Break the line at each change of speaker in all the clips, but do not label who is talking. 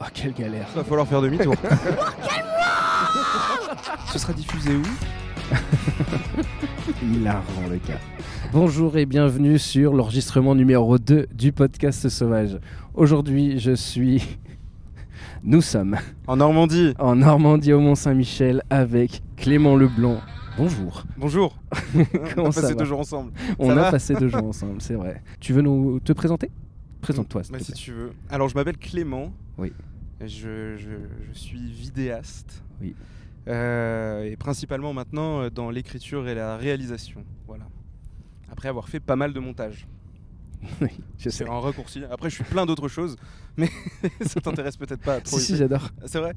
Ah, quelle galère.
Il va falloir faire demi-tour. Ce sera diffusé où
Il a rend le cas. Bonjour et bienvenue sur l'enregistrement numéro 2 du podcast Sauvage. Aujourd'hui, je suis. Nous sommes
En Normandie.
en Normandie au Mont-Saint-Michel avec Clément Leblanc. Bonjour.
Bonjour. on
Comment
a
ça
passé
va
deux jours ensemble.
On a
va
passé deux jours ensemble, c'est vrai. Tu veux nous te présenter Présente-toi. s'il
Bah,
te
si
plaît.
tu veux. Alors, je m'appelle Clément.
Oui.
Je, je- je suis vidéaste.
Oui.
Euh, et principalement maintenant euh, dans l'écriture et la réalisation. Voilà. Après avoir fait pas mal de montage.
Oui, je sais.
C'est un raccourci. Après, je suis plein d'autres choses, mais ça t'intéresse peut-être pas trop.
Si, si,
ici.
j'adore.
C'est vrai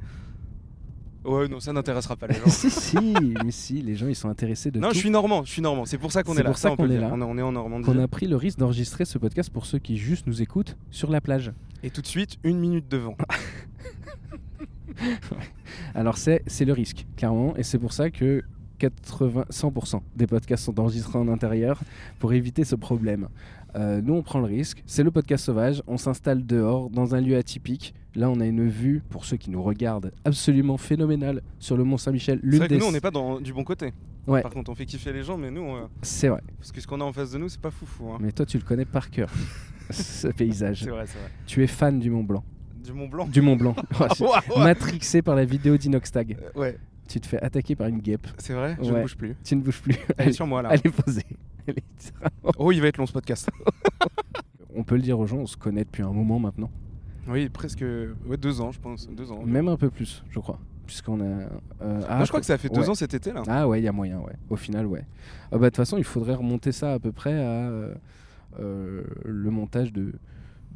Ouais, non, ça n'intéressera pas les gens.
si, si, mais si, les gens ils sont intéressés de
Non,
tout.
je suis normand, je suis normand, c'est pour ça qu'on est,
C'est
là.
pour ça
on peut
qu'on
le
est
dire.
là.
On, on est en Normandie.
qu'on a pris le risque d'enregistrer ce podcast pour ceux qui juste nous écoutent sur la plage.
Et tout de suite, une minute devant.
Alors c'est c'est le risque, clairement, et c'est pour ça que 80, 100% des podcasts sont enregistrés en intérieur pour éviter ce problème. Euh, nous, on prend le risque. C'est le podcast sauvage. On s'installe dehors, dans un lieu atypique. Là, on a une vue, pour ceux qui nous regardent, absolument phénoménale sur le Mont Saint-Michel.
C'est
L'une
vrai que
des-
nous, on n'est pas dans, du bon côté.
Ouais.
Par contre, on fait kiffer les gens, mais nous, on- euh,
C'est vrai.
parce que ce qu'on a en face de nous, c'est pas foufou. hein.
Mais toi, tu le connais par cœur, ce
C'est
paysage.
vrai, c'est vrai.
Tu es fan du Mont Blanc.
Du Mont Blanc.
Du Mont Blanc. Oh, je-
Ouah, ouah.
Matrixé par la vidéo d'Inoxtag.
Euh, Ouais,
Tu te fais attaquer par une guêpe.
c'est vrai, je
Ouais.
ne bouge plus.
Tu ne bouges plus.
Elle est sur moi là.
Elle est posée. Elle est littéralement-
Oh, il va être long ce podcast.
On peut le dire aux gens, on se connaît depuis un moment maintenant.
oui, presque ouais, deux ans, je pense. Deux ans.
Même un peu plus, je crois. Puisqu'on a. euh, ah,
Moi, je crois que ça a fait
ouais.
deux ans cet été là.
Ah ouais, il y a moyen, ouais. Au final, ouais. Ah bah, De toute façon, il faudrait remonter ça à peu près à euh, euh, le montage de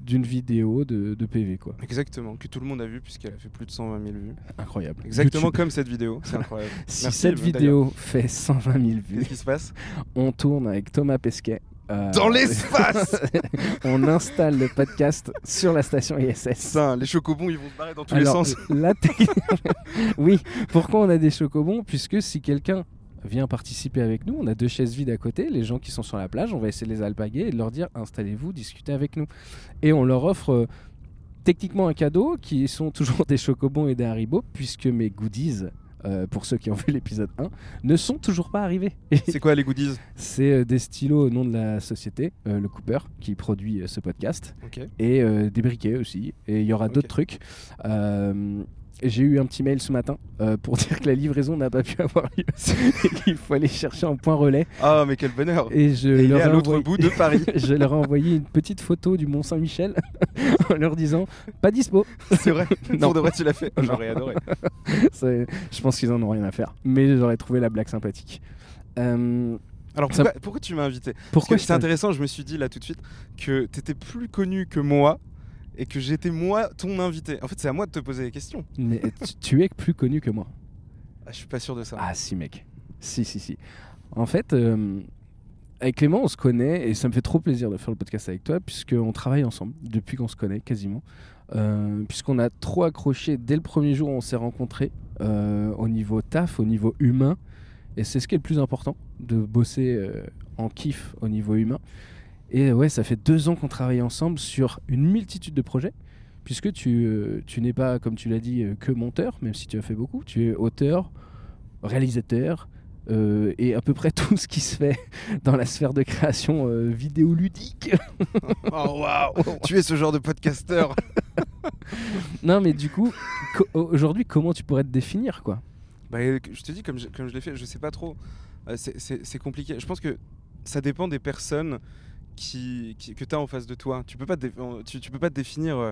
d'une vidéo de, de PV, quoi.
Exactement, que tout le monde a vu puisqu'elle a fait plus de 120 000 vues.
Incroyable.
Exactement
YouTube.
comme cette vidéo, c'est incroyable.
Si
Merci,
cette
d'ailleurs.
vidéo fait 120 000 vues,
Qu'est-ce qui se passe
on tourne avec Thomas Pesquet. euh,
Dans l'espace
on installe le podcast sur la station ISS.
Ça, les chocobons, ils vont se barrer dans tous
Alors,
les sens.
la technique- oui, pourquoi on a des chocobons Puisque si quelqu'un vient participer avec nous, on a deux chaises vides à côté, les gens qui sont sur la plage, on va essayer de les alpaguer et de leur dire installez-vous, discutez avec nous. Et on leur offre euh, techniquement un cadeau qui sont toujours des chocobons et des haribots, puisque mes goodies. euh, pour ceux qui ont vu l'épisode 1, ne sont toujours pas arrivés.
C'est quoi les goodies
C'est euh, des stylos au nom de la société, euh, le Cooper, qui produit euh, ce podcast
Ok.
et euh, des briquets aussi. Et il y aura
Ok.
d'autres trucs. Euh, j'ai eu un petit mail ce matin euh, pour dire que la livraison n'a pas pu avoir lieu et qu'il faut aller chercher un point relais.
Ah, mais quel bonheur
Et euh, je
Et Il
leur
est à
ai
l'autre
envoyé-
bout de Paris.
je leur ai envoyé une petite photo du Mont Saint-Michel en leur disant pas dispo.
C'est vrai
Non.
Pour de vrai, tu l'as fait Oh,
Non.
J'aurais adoré.
C'est- Je pense qu'ils en ont rien à faire, mais j'aurais trouvé la blague sympathique. Euh,
Alors,
Ça-
pourquoi, pourquoi tu m'as invité Parce
pourquoi
que
je
C'est intéressant, je me suis dit là tout de suite que t'étais plus connu que moi et que j'étais moi ton invité. En fait, c'est à moi de te poser des questions.
Mais tu- tu es plus connu que moi.
Ah, je suis pas sûr de ça.
Ah si mec, si si si. En fait, euh, avec Clément, on se connaît et ça me fait trop plaisir de faire le podcast avec toi puisqu'on travaille ensemble depuis qu'on se connaît quasiment. Euh, puisqu'on a trop accroché dès le premier jour où on s'est rencontrés euh, au niveau taf, au niveau humain. Et c'est ce qui est le plus important, de bosser euh, en kiff au niveau humain. Et euh, ouais, ça fait deux ans qu'on travaille ensemble sur une multitude de projets, puisque tu, euh, tu n'es pas, comme tu l'as dit, euh, que monteur, même si tu as fait beaucoup, tu es auteur, réalisateur, euh, et à peu près tout ce qui se fait dans la sphère de création euh, vidéoludique.
Oh, waouh Tu es ce genre de podcasteur
non mais du coup, co- aujourd'hui, comment tu pourrais te définir, quoi
Bah, euh, je te dis, comme je, comme je l'ai fait, je sais pas trop. Euh, c'est- c'est c'est compliqué. Je pense que ça dépend des personnes qui, qui- que tu as en face de toi. Tu peux pas te, dé- en- tu, tu peux pas te définir euh,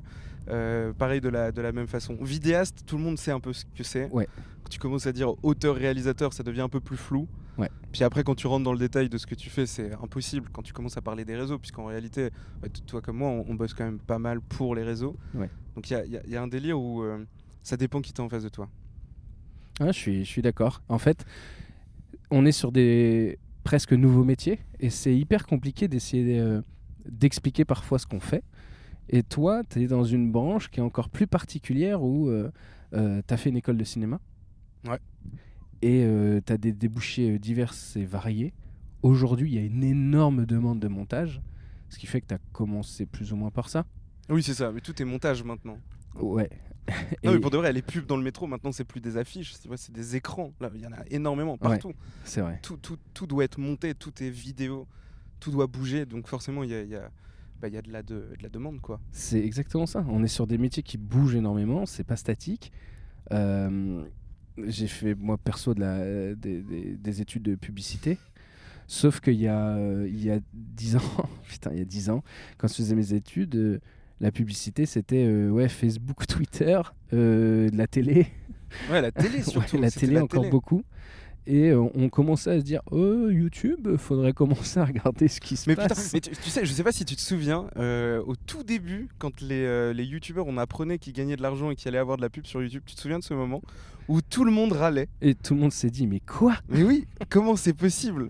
euh, pareil de la, de la même façon. Vidéaste, tout le monde sait un peu ce que c'est.
Ouais.
Quand tu commences à dire auteur-réalisateur, ça devient un peu plus flou.
Ouais.
Puis après, quand tu rentres dans le détail de ce que tu fais, c'est impossible quand tu commences à parler des réseaux, puisqu'en réalité, bah, t- toi comme moi, on, on bosse quand même pas mal pour les réseaux.
Ouais.
Donc il y a, il y a- il y a un délire où euh, ça dépend qui t'es en face de toi.
Ah, je suis, je suis d'accord. En fait, on est sur des presque nouveaux métiers et c'est hyper compliqué d'essayer euh, d'expliquer parfois ce qu'on fait. Et toi, tu es dans une branche qui est encore plus particulière où tu as fait une école de cinéma.
Ouais.
Et tu as des débouchés euh, divers et variés. Aujourd'hui, il y a une énorme demande de montage, ce qui fait que tu as commencé plus ou moins par ça.
Oui, c'est ça, mais tout est montage maintenant.
Ouais.
Non, mais
Et
pour de vrai, les pubs dans le métro, maintenant, c'est plus des affiches, tu vois, c'est des écrans. Là, il y en a énormément partout.
C'est vrai.
Tout, tout, tout doit être monté, tout est vidéo, tout doit bouger. Donc, forcément, il y a, il y a- bah, il y a de, la de- de la demande, quoi.
C'est exactement ça. On est sur des métiers qui bougent énormément, c'est pas statique. Euh, j'ai fait, moi, perso, de la, des, des- des études de publicité. Sauf qu'il y a, euh, il y a 10 ans, putain, il y a 10 ans, quand je faisais mes études, euh, la publicité, c'était euh, ouais, Facebook, Twitter, euh, de la télé.
Ouais, la télé, surtout.
Ouais, la
c'était
télé encore beaucoup. Et euh, on commençait à se dire, oh, YouTube, faudrait commencer à regarder ce qui se
Mais putain,
passe.
mais tu, tu sais, je sais pas si tu te souviens, euh, au tout début, quand les, euh, les youtubeurs, on apprenait qu'ils gagnaient de l'argent et qu'ils allaient avoir de la pub sur YouTube, tu te souviens de ce moment où tout le monde râlait
Et tout le monde s'est dit, mais quoi
Mais oui, comment c'est possible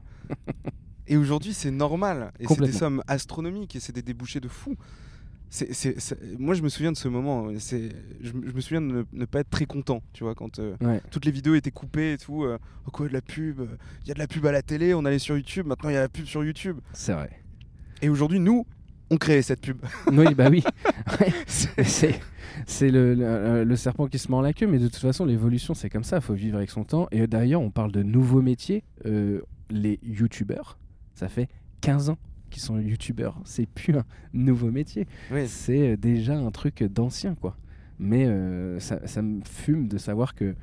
Et aujourd'hui, c'est normal. Et c'est des
Complètement.
sommes astronomiques et c'est des débouchés de fou. C'est- c'est- c'est- Moi, je me souviens de ce moment. hein, C'est- Je, me- je me souviens de ne, ne pas être très content, tu vois, quand euh,
Ouais.
toutes les vidéos étaient coupées et tout. euh, oh quoi, de la pub euh, Il y a de la pub à la télé, on allait sur YouTube, maintenant il y a la pub sur YouTube.
C'est vrai.
Et aujourd'hui, nous, on crée cette pub.
Oui, bah oui. Ouais.
C'est-
C'est c'est le, euh, le- le serpent qui se mord la queue, mais de toute façon, l'évolution, c'est comme ça. Il faut vivre avec son temps. Et d'ailleurs, on parle de nouveaux métiers. Euh, les youtubeurs, ça fait 15 ans qu'ils sont youtubeurs. C'est plus un nouveau métier.
Oui,
C'est euh, déjà un truc d'ancien, quoi. Mais euh, ça, ça me fume de savoir que.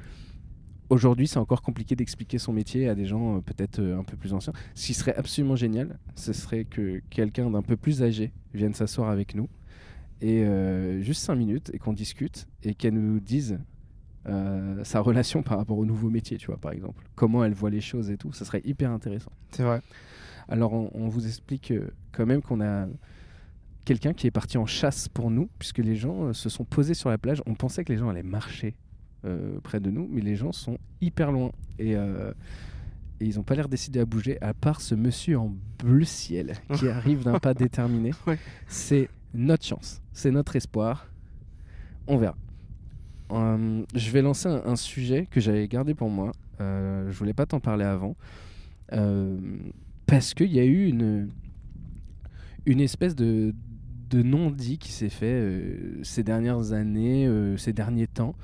Aujourd'hui, c'est encore compliqué d'expliquer son métier à des gens euh, peut-être euh, un peu plus anciens. Ce qui serait absolument génial, ce serait que quelqu'un d'un peu plus âgé vienne s'asseoir avec nous et euh, juste 5 minutes et qu'on discute et qu'elle nous dise euh, sa relation par rapport au nouveau métier, tu vois, par exemple. Comment elle voit les choses et tout. Ça serait hyper intéressant.
c'est vrai.
Alors, on, on vous explique euh, quand même qu'on a quelqu'un qui est parti en chasse pour nous, puisque les gens euh, se sont posés sur la plage. On pensait que les gens allaient marcher euh, près de nous, mais les gens sont hyper loin. Et, euh, et ils n'ont pas l'air décidés à bouger, à part ce monsieur en bleu ciel qui arrive d'un pas déterminé.
Ouais.
C'est notre chance, c'est notre espoir. On verra. Hum, je vais lancer un, un sujet que j'avais gardé pour moi. Euh, je voulais pas t'en parler avant. Euh, parce qu'il y a eu une, une espèce de, de non-dit qui s'est fait euh, ces dernières années, euh, ces derniers temps,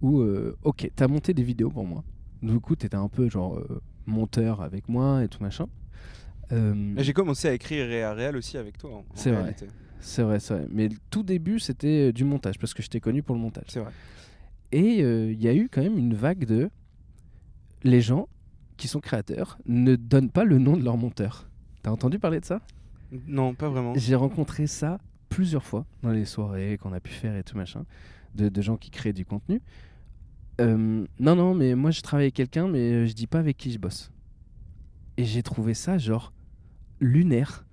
où, euh, ok, t'as monté des vidéos pour moi. Du coup, t'étais un peu genre euh, monteur avec moi et tout machin. Euh,
J'ai commencé à écrire et à réel aussi avec toi. en- en
C'est vrai.
réalité.
c'est vrai, c'est vrai. Mais le tout début, c'était euh, du montage, parce que je t'ai connu pour le montage.
C'est vrai.
Et euh, il y a eu quand même une vague de. Les gens qui sont créateurs ne donnent pas le nom de leur monteur. T'as entendu parler de ça
Non, pas vraiment.
J'ai rencontré ça plusieurs fois dans les soirées qu'on a pu faire et tout machin, de, de gens qui créent du contenu. Euh, non, non, mais moi je travaille avec quelqu'un, mais euh, je dis pas avec qui je bosse. Et j'ai trouvé ça genre lunaire.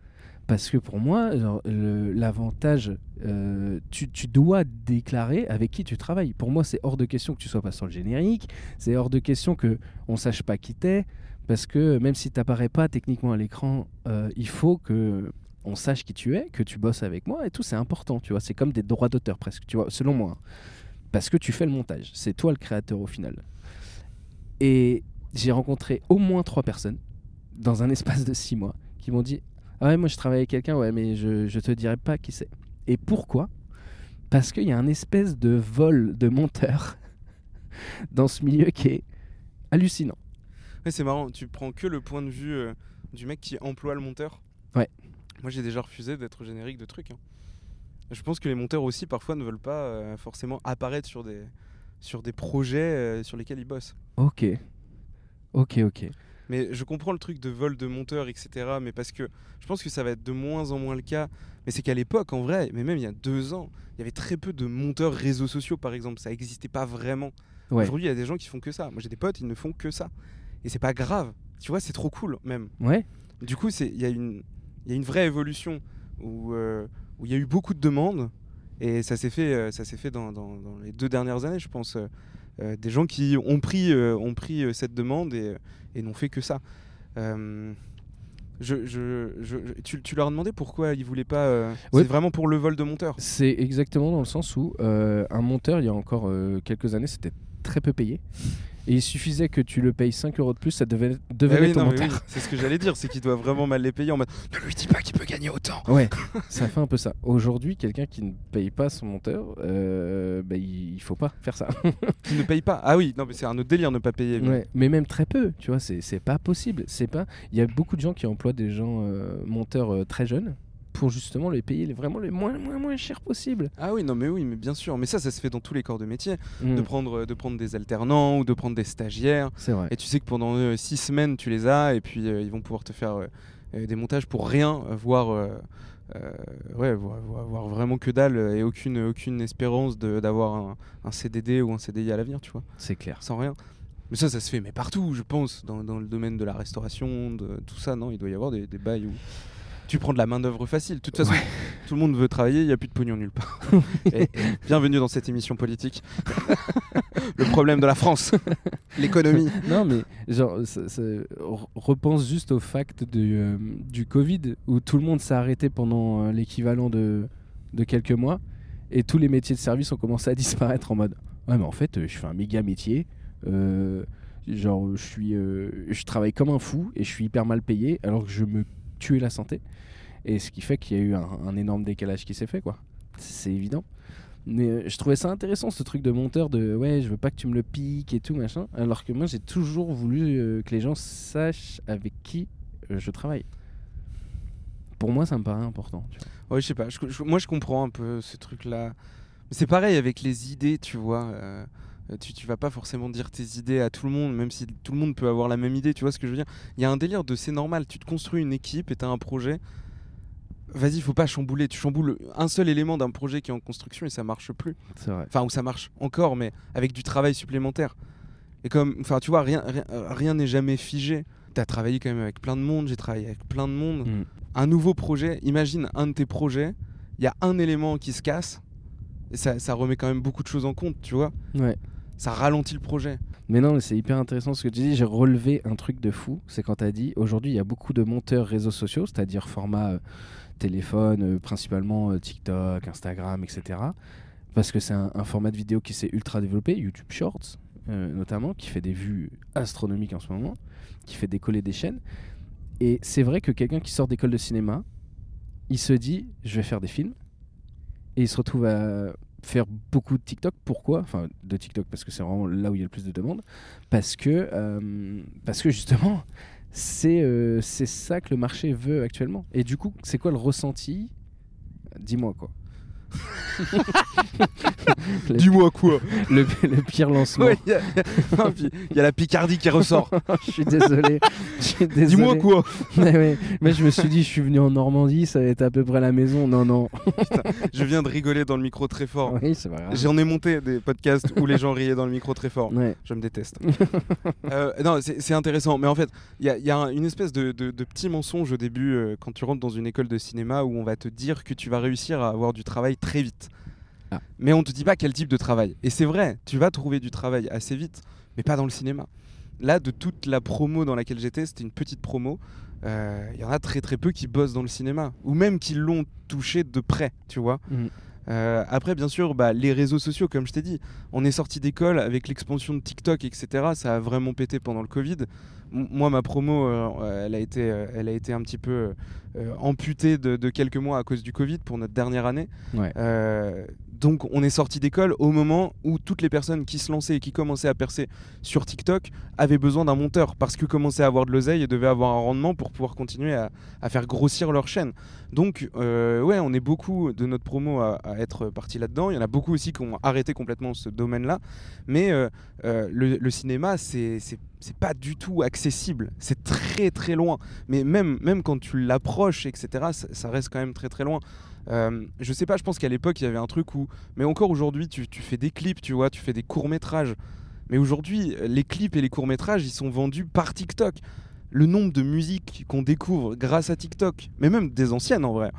Parce que pour moi, genre, le- l'avantage, euh, tu, tu dois déclarer avec qui tu travailles. Pour moi, c'est hors de question que tu sois pas sur le générique, c'est hors de question que on sache pas qui t'es, parce que même si t'apparais pas techniquement à l'écran, euh, il faut que on sache qui tu es, que tu bosses avec moi et tout, c'est important, tu vois. C'est comme des droits d'auteur presque, tu vois, selon moi. hein. Parce que tu fais le montage, c'est toi le créateur au final. Et j'ai rencontré au moins trois personnes dans un espace de six mois qui m'ont dit Ah ouais, moi je travaille avec quelqu'un, ouais, mais je, je te dirai pas qui c'est. Et pourquoi Parce qu'il y a un espèce de vol de monteur dans ce milieu qui est hallucinant.
Ouais, c'est marrant, tu prends que le point de vue euh, du mec qui emploie le monteur.
Ouais.
Moi, j'ai déjà refusé d'être générique de trucs. hein. Je pense que les monteurs aussi, parfois, ne veulent pas euh, forcément apparaître sur des, sur des projets euh, sur lesquels ils bossent.
Ok. Ok, ok.
Mais je comprends le truc de vol de monteur, etc. Mais parce que je pense que ça va être de moins en moins le cas. Mais c'est qu'à l'époque, en vrai, mais même il y a deux ans, il y avait très peu de monteurs réseaux sociaux, par exemple. Ça n'existait pas vraiment.
Ouais.
Aujourd'hui, il y a des gens qui font que ça. Moi, j'ai des potes, ils ne font que ça. Et c'est pas grave. Tu vois, c'est trop cool, même.
Ouais
Du coup, c'est- il y, a une- il y a une vraie évolution où euh, où il y a eu beaucoup de demandes et ça s'est fait, euh, ça s'est fait dans, dans- dans les deux dernières années, je pense. Euh, euh, des gens qui ont pris, euh, ont pris euh, cette demande et, et n'ont fait que ça. Euh, je, je- je- je- tu, tu leur as demandé pourquoi ils voulaient pas. euh,
Ouais.
C'est vraiment pour le vol de monteur.
C'est exactement dans le sens où euh, un monteur, il y a encore euh, quelques années, c'était très peu payé. Et il suffisait que tu le payes 5 euros de plus, ça devait, devenait
Eh oui,
ton
non, mais
mentor.
oui, c'est ce que j'allais dire, c'est qu'il doit vraiment mal les payer en mode ne lui dis pas qu'il peut gagner autant.
Ouais, ça fait un peu ça. Aujourd'hui, quelqu'un qui ne paye pas son monteur, euh, bah, il il faut pas faire ça.
Qu'il ne paye pas. Ah oui, non, mais c'est un autre délire ne pas payer. mais-
Ouais, mais même très peu, tu vois, c'est c'est pas possible. C'est pas. Il y a beaucoup de gens qui emploient des gens euh, monteurs euh, très jeunes pour justement les payer les- vraiment le moins moins moins cher possible.
Ah oui, non, mais oui, mais bien sûr. Mais ça, ça se fait dans tous les corps de métier.
Mm.
De, prendre, euh, de prendre des alternants ou de prendre des stagiaires.
C'est vrai.
Et tu sais que pendant 6 semaines, tu les as et puis euh, ils vont pouvoir te faire euh, euh, des montages pour rien, euh, voire, euh, euh, ouais, voire, voire- voire vraiment que dalle euh, et aucune, aucune espérance de- d'avoir un, un CDD ou un CDI à l'avenir, tu vois,
C'est clair.
sans rien. Mais ça, ça se fait, mais partout, je pense, dans, dans le domaine de la restauration, de tout ça, non, il doit y avoir des, des bails où tu prends de la main-d'œuvre facile. De toute façon, tout le monde veut travailler, il n'y a plus de pognon nulle part. Et- et bienvenue dans cette émission politique. le problème de la France, l'économie.
non, mais genre, ça- ça- re- repense juste au fact du, euh, du Covid où tout le monde s'est arrêté pendant euh, l'équivalent de, de quelques mois et tous les métiers de service ont commencé à disparaître en mode Ouais, mais en fait, euh, je fais un méga métier. euh, genre, je, suis, euh, je travaille comme un fou et je suis hyper mal payé alors que je me tuais la santé. Et ce qui fait qu'il y a eu un, un énorme décalage qui s'est fait, quoi. C'est évident. Mais euh, je trouvais ça intéressant ce truc de monteur de ouais, je veux pas que tu me le piques et tout machin. Alors que moi j'ai toujours voulu euh, que les gens sachent avec qui euh, je travaille. Pour moi, ça me paraît important. tu vois.
Ouais, je sais pas. je- je- moi, je comprends un peu ce truc-là. Mais C'est pareil avec les idées, tu vois. euh, tu, tu vas pas forcément dire tes idées à tout le monde, même si tout le monde peut avoir la même idée, tu vois ce que je veux dire. Il y a un délire de c'est normal, tu te construis une équipe et t'as un projet. Vas-y, faut pas chambouler. Tu chamboules un seul élément d'un projet qui est en construction et ça marche plus.
C'est vrai.
Enfin, ou ça marche encore, mais avec du travail supplémentaire. Et comme, enfin, tu vois, rien rien- euh, rien n'est jamais figé. T'as travaillé quand même avec plein de monde, j'ai travaillé avec plein de monde
Mm.
un nouveau projet, imagine un de tes projets, il y a un élément qui se casse, et ça, ça remet quand même beaucoup de choses en compte, tu vois.
Ouais.
Ça ralentit le projet.
Mais non, mais c'est hyper intéressant ce que tu dis. J'ai relevé un truc de fou. C'est quand tu as dit aujourd'hui, il y a beaucoup de monteurs réseaux sociaux, c'est-à-dire format euh, téléphone, euh, principalement euh, TikTok, Instagram, etc. Parce que c'est un, un format de vidéo qui s'est ultra développé, YouTube Shorts euh, notamment, qui fait des vues astronomiques en ce moment, qui fait décoller des chaînes. Et c'est vrai que quelqu'un qui sort d'école de cinéma, il se dit je vais faire des films. Et il se retrouve à faire beaucoup de TikTok. Pourquoi Enfin, de TikTok, parce que c'est vraiment là où il y a le plus de demandes parce que, euh, parce que justement, c'est euh, c'est ça que le marché veut actuellement. Et du coup, c'est quoi le ressenti Dis-moi quoi. Le-
Dis-moi quoi
Le, le pire lancement.
Ouais, Il y, a- Non, puis, il y a la Picardie qui ressort.
je suis désolé. Je suis désolé.
Dis-moi quoi
Mais ouais, moi, je me suis dit, je suis venu en Normandie, ça va être à peu près la maison. Non, non.
Je viens de rigoler dans le micro très fort.
Oui, c'est pas grave.
J'en ai monté des podcasts où les gens riaient dans le micro très fort.
Ouais.
Je me déteste. Euh, non, c'est c'est intéressant. Mais en fait, il y a, il y a un- une espèce de, de- de petit mensonge au début euh, quand tu rentres dans une école de cinéma où on va te dire que tu vas réussir à avoir du travail très vite.
Ah.
Mais on te dit pas quel type de travail. Et c'est vrai, tu vas trouver du travail assez vite, mais pas dans le cinéma. Là, de toute la promo dans laquelle j'étais, c'était une petite promo. euh, Il y en a très très peu qui bossent dans le cinéma, ou même qui l'ont touché de près, tu vois.
Mhm.
Euh, après, bien sûr, bah, les réseaux sociaux, comme je t'ai dit, on est sorti d'école avec l'expansion de TikTok, etc. Ça a vraiment pété pendant le Covid. M- Moi, ma promo, euh, elle, a été, euh, elle a été un petit peu euh, amputée de, de quelques mois à cause du Covid pour notre dernière année.
Ouais.
Euh, donc, on est sorti d'école au moment où toutes les personnes qui se lançaient et qui commençaient à percer sur TikTok avaient besoin d'un monteur parce que commençaient à avoir de l'oseille et devaient avoir un rendement pour pouvoir continuer à, à faire grossir leur chaîne. Donc, euh, ouais, on est beaucoup de notre promo à, à être parti là-dedans. Il y en a beaucoup aussi qui ont arrêté complètement ce domaine-là. Mais euh, euh, le, le cinéma, c'est c'est- c'est pas du tout accessible. C'est très très loin. Mais même, même quand tu l'approches, etc., ça, ça reste quand même très très loin. Euh, je sais pas, je pense qu'à l'époque, il y avait un truc où. Mais encore aujourd'hui, tu, tu fais des clips, tu vois, tu fais des courts-métrages. Mais aujourd'hui, euh, les clips et les courts-métrages, ils sont vendus par TikTok le nombre de musiques qu'on découvre grâce à TikTok, mais même des anciennes en vrai,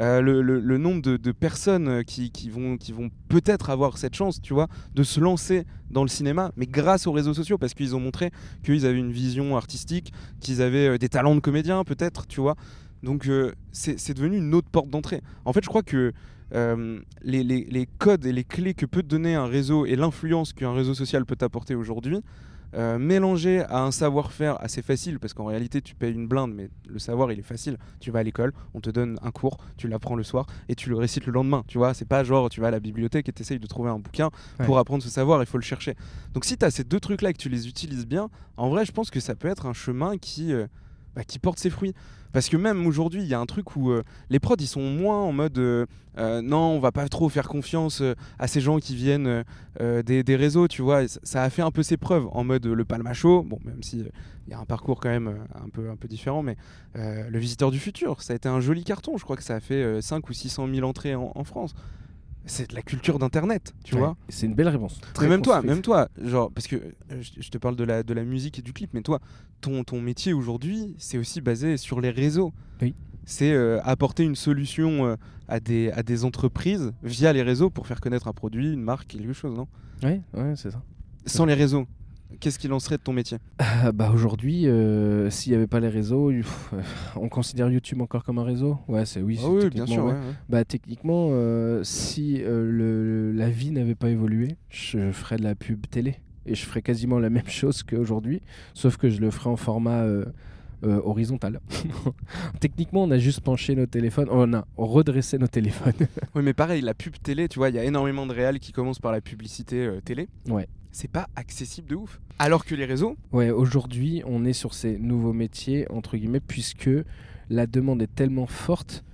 euh, le, le- le nombre de, de personnes euh, qui, qui vont, qui vont peut-être avoir cette chance, tu vois, de se lancer dans le cinéma, mais grâce aux réseaux sociaux, parce qu'ils ont montré qu'ils avaient une vision artistique, qu'ils avaient euh, des talents de comédien peut-être, tu vois. Donc euh, c'est c'est devenu une autre porte d'entrée. En fait, je crois que euh, les, les- les codes et les clés que peut te donner un réseau et l'influence qu'un réseau social peut t'apporter aujourd'hui, euh, mélangé à un savoir-faire assez facile, parce qu'en réalité tu payes une blinde, mais le savoir il est facile. Tu vas à l'école, on te donne un cours, tu l'apprends le soir et tu le récites le lendemain. Tu vois, c'est pas genre tu vas à la bibliothèque et t'essayes de trouver un bouquin
Ouais.
pour apprendre ce savoir, il faut le chercher. Donc si tu as ces deux trucs-là et que tu les utilises bien, en vrai je pense que ça peut être un chemin qui, euh, bah, qui porte ses fruits. Parce que même aujourd'hui, il y a un truc où euh, les prods, ils sont moins en mode euh, euh, non, on va pas trop faire confiance euh, à ces gens qui viennent euh, euh, des, des réseaux, tu vois. Et ça- Ça a fait un peu ses preuves en mode euh, le palmacho, bon, même si euh, il y a un parcours quand même euh, un peu, un peu différent, mais euh, le visiteur du futur, ça a été un joli carton. Je crois que ça a fait 5 ou 600 000 entrées en, en France. C'est de la culture d'internet, tu
Ouais.
vois.
C'est une belle réponse. Très
mais même toi,
construite.
même toi, genre, parce que euh, je, je te parle de la, de la musique et du clip, mais toi, ton, ton métier aujourd'hui, c'est aussi basé sur les réseaux.
Oui.
C'est euh, apporter une solution euh, à, des, à des entreprises via les réseaux pour faire connaître un produit, une marque, quelque chose, non
Ouais, ouais, c'est ça.
Sans les réseaux, qu'est-ce qu'il en serait de ton métier
Ah, bah aujourd'hui, euh, s'il n'y avait pas les réseaux, il- pff, euh, on considère YouTube encore comme un réseau Ouais, c'est oui. c'est
Ah Oui, bien
techniquement,
sûr.
ouais.
ouais, ouais.
Bah techniquement, euh, si euh, le, la vie n'avait pas évolué, je ferais de la pub télé et je ferais quasiment la même chose qu'aujourd'hui, sauf que je le ferais en format euh, euh, horizontal. techniquement, on a juste penché nos téléphones, on a redressé nos téléphones.
Oui, mais pareil, la pub télé, tu vois, il y a énormément de réals qui commencent par la publicité euh, télé.
Ouais.
C'est pas accessible de ouf. Alors que les réseaux,
Ouais, aujourd'hui, on est sur ces nouveaux métiers, entre guillemets, puisque la demande est tellement forte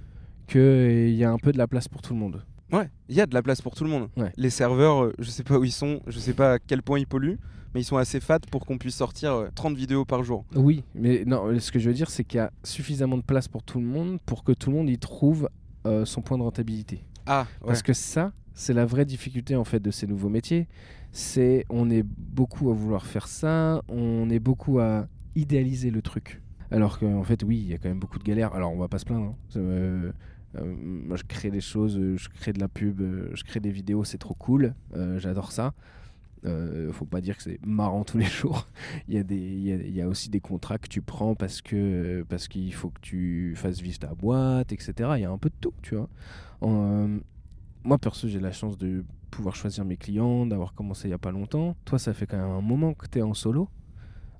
qu'il y a un peu de la place pour tout le monde.
Ouais, il y a de la place pour tout le monde.
Ouais.
Les serveurs, euh, je sais pas où ils sont, je sais pas à quel point ils polluent, mais ils sont assez fat pour qu'on puisse sortir euh, 30 vidéos par jour.
Oui, mais non, ce que je veux dire, c'est qu'il y a suffisamment de place pour tout le monde pour que tout le monde y trouve euh, son point de rentabilité.
Ah, ouais.
Parce que ça, c'est la vraie difficulté en fait de ces nouveaux métiers. C'est on est beaucoup à vouloir faire ça, on est beaucoup à idéaliser le truc. Alors qu'en fait, oui, il y a quand même beaucoup de galères. Alors on va pas se plaindre. hein. Euh, euh, moi, je crée des choses, euh, je crée de la pub, euh, je crée des vidéos, c'est trop cool. Euh, J'adore ça. Euh, faut pas dire que c'est marrant tous les jours. Il y, a des, il, y a, il y a aussi des contrats que tu prends parce que parce qu'il faut que tu fasses vivre ta boîte, etc. Il y a un peu de tout, tu vois. En, euh, moi perso j'ai la chance de pouvoir choisir mes clients, d'avoir commencé il n'y a pas longtemps. Toi ça fait quand même un moment que tu es en solo.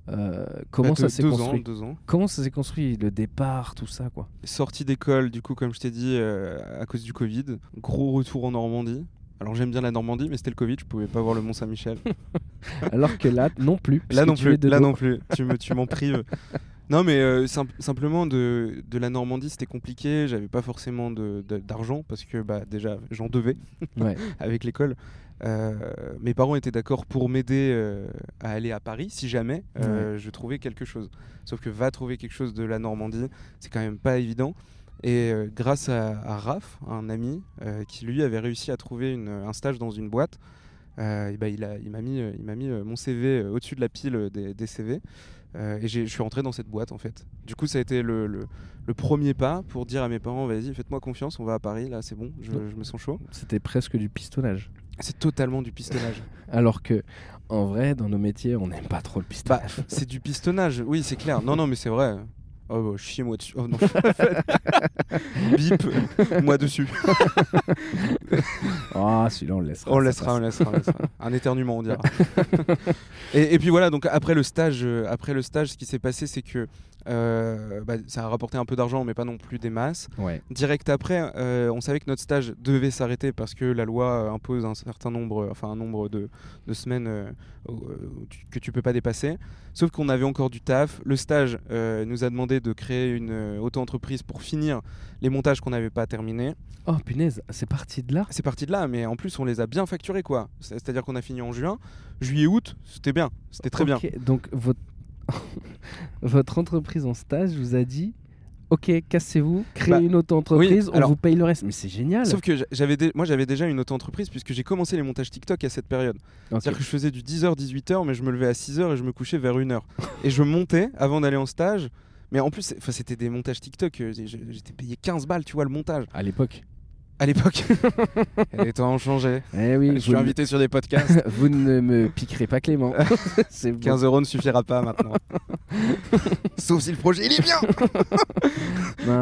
Euh, comment
Bah,
ça
deux-
s'est
deux
construit
ans, deux ans.
Comment ça s'est construit le départ, tout ça quoi
Sortie d'école, du coup, comme je t'ai dit, euh, à cause du Covid. Gros retour en Normandie. Alors j'aime bien la Normandie, mais c'était le Covid, je pouvais pas voir le Mont Saint-Michel.
Alors que là non plus.
Là
puisque
non
tu
plus,
es de
là
dos.
non plus. Tu me, tu m'en prives. Non, mais euh, simp- simplement de, de la Normandie, c'était compliqué. J'avais pas forcément de- de- d'argent parce que bah déjà j'en devais.
Ouais.
avec l'école. Euh, mes parents étaient d'accord pour m'aider euh, à aller à Paris si jamais euh, je trouvais quelque chose. Sauf que va trouver quelque chose de la Normandie, c'est quand même pas évident. Et euh, grâce à, à Raph, un ami euh, qui lui avait réussi à trouver une- un stage dans une boîte, euh, eh ben, il a- il m'a mis, euh, il m'a mis euh, mon CV euh, au-dessus de la pile euh, des, des CV. Euh, et j'ai- je suis rentré dans cette boîte en fait. Du coup, ça a été le, le- le premier pas pour dire à mes parents vas-y, faites-moi confiance, on va à Paris, là c'est bon, je-
Ouais.
je me sens chaud.
C'était presque du pistonnage.
C'est totalement du pistonnage.
Alors que en vrai dans nos métiers on n'aime pas trop le
bah,
pistonnage.
c'est du pistonnage, oui, c'est clair. Non, non, mais c'est vrai. Oh, bah, chiez-moi dessus. Oh non. Bip, moi dessus.
Ah celui-là on le laissera.
On
ça
laissera, on
passe.
laissera, on laissera. Un éternuement, on dira. et, et puis voilà, donc après le stage, euh, après le stage ce qui s'est passé, c'est que euh, bah, ça a rapporté un peu d'argent, mais pas non plus des masses.
Ouais.
Direct après, euh, on savait que notre stage devait s'arrêter parce que la loi euh, impose un certain nombre, euh, enfin un nombre de, de semaines euh, où, euh, où tu- que tu peux pas dépasser. Sauf qu'on avait encore du taf. Le stage euh, nous a demandé de créer une euh, auto-entreprise pour finir les montages qu'on n'avait pas terminés.
Oh punaise c'est parti de là.
C'est parti de là, mais en plus on les a bien facturés quoi. C'est- C'est-à-dire qu'on a fini en juin, juillet, août, c'était bien, c'était très bien.
Ok, Donc votre... votre entreprise en stage vous a dit Ok, cassez-vous, créez
Bah,
une auto-entreprise,
oui,
on
alors-
vous paye le reste. Mais c'est génial
Sauf que j'a- j'avais dé- moi j'avais déjà une auto-entreprise puisque j'ai commencé les montages TikTok à cette période.
Ok.
C'est-à-dire que je faisais du 10h, 18h, mais je me levais à 6h et je me couchais vers 1h. et je montais avant d'aller en stage. Mais en plus, c'est- enfin, c'était des montages TikTok. euh, j'ai- j'ai- J'étais payé 15 balles, tu vois, le montage.
À l'époque.
À l'époque, les temps ont changé.
Eh oui,
je suis
vous,
invité sur des podcasts.
ne... vous ne me piquerez pas Clément. c'est bon.
15 euros ne suffira pas maintenant. Sauf si le projet, il est bien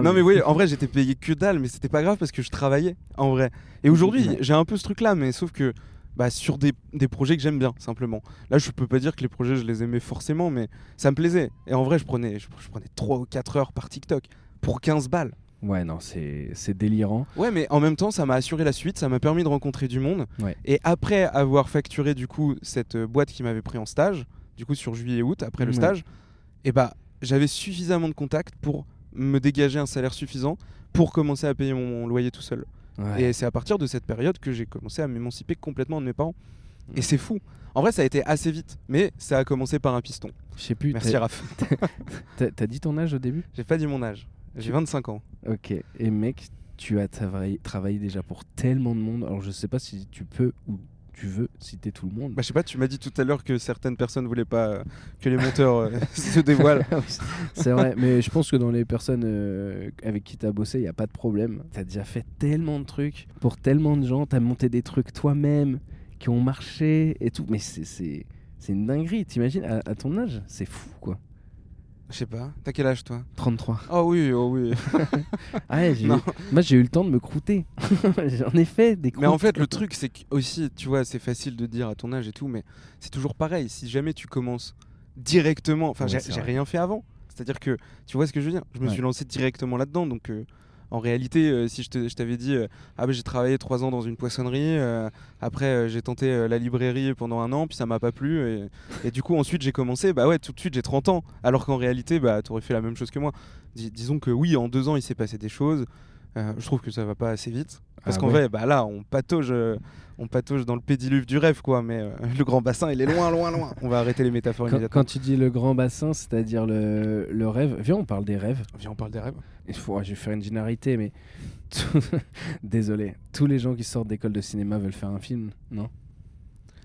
Non mais oui, en vrai j'étais payé que dalle, mais c'était pas grave parce que je travaillais en vrai. Et aujourd'hui
Ouais.
j'ai un peu ce truc là, mais sauf que bah, bah, sur des, des projets que j'aime bien, simplement. Là, je peux pas dire que les projets, je les aimais forcément, mais ça me plaisait. Et en vrai, je prenais, je, je prenais 3 ou 4 heures par TikTok pour 15 balles.
Ouais, non, c'est c'est délirant.
Ouais, mais en même temps, ça m'a assuré la suite, ça m'a permis de rencontrer du monde.
Ouais.
Et après avoir facturé du coup cette euh, boîte qui m'avait pris en stage, du coup sur juillet et août, après le
Ouais.
stage, et bah j'avais suffisamment de contacts pour me dégager un salaire suffisant pour commencer à payer mon, mon loyer tout seul.
Ouais.
Et c'est à partir de cette période que j'ai commencé à m'émanciper complètement de mes parents.
Mm.
Et c'est fou. En vrai, ça a été assez vite, mais ça a commencé par un piston.
Je sais plus.
Merci
t'as-
Raph.
t'as- T'as dit ton âge au début
J'ai pas dit mon âge. J'ai 25 ans.
Ok. Et mec, tu as travaillé, travaillé déjà pour tellement de monde. Alors je sais pas si tu peux ou tu veux citer tout le monde.
Bah, je sais pas, tu m'as dit tout à l'heure que certaines personnes voulaient pas euh, que les monteurs euh, se dévoilent.
c'est vrai, mais je pense que dans les personnes euh, avec qui t'as bossé, il n'y a pas de problème. T'as déjà fait tellement de trucs pour tellement de gens, t'as monté des trucs toi-même qui ont marché et tout. Mais c'est- c'est c'est une dinguerie, t'imagines à, à ton âge, c'est fou quoi.
Je sais pas, t'as quel âge toi
33.
Oh oui, oh oui.
Ah ouais, j'ai eu-
Non.
moi j'ai eu le temps de me croûter. J'en ai fait des croûtes.
Mais en fait, le truc, c'est que aussi, tu vois, c'est facile de dire à ton âge et tout, mais c'est toujours pareil. Si jamais tu commences directement, enfin,
Ouais,
j'ai-
c'est
j'ai
vrai.
rien fait avant. C'est-à-dire que, tu vois ce que je veux dire Je me
Ouais.
suis lancé directement là-dedans, donc. euh, en réalité, euh, si je te- je t'avais dit, euh, ah ben j'ai travaillé trois ans dans une poissonnerie, euh, après euh, j'ai tenté euh, la librairie pendant un an, puis ça m'a pas plu, et, et du coup ensuite j'ai commencé, bah ouais, tout de suite j'ai 30 ans, alors qu'en réalité, bah t'aurais fait la même chose que moi. Dis- disons que oui, en deux ans il s'est passé des choses, Euh, je trouve que ça va pas assez vite, parce
Ah
qu'en
ouais.
vrai, bah là, on patauge, euh, on patauge dans le pédiluve du rêve, quoi. Mais euh, le grand bassin, il est loin, loin, loin. On va arrêter les métaphores
Quand,
immédiatement.
quand tu dis le grand bassin, c'est-à-dire le, le rêve, viens, on parle des rêves.
Viens, on parle des rêves.
Il faut, ouais, je vais faire une généralité, mais tout- désolé, tous les gens qui sortent d'école de cinéma veulent faire un film, non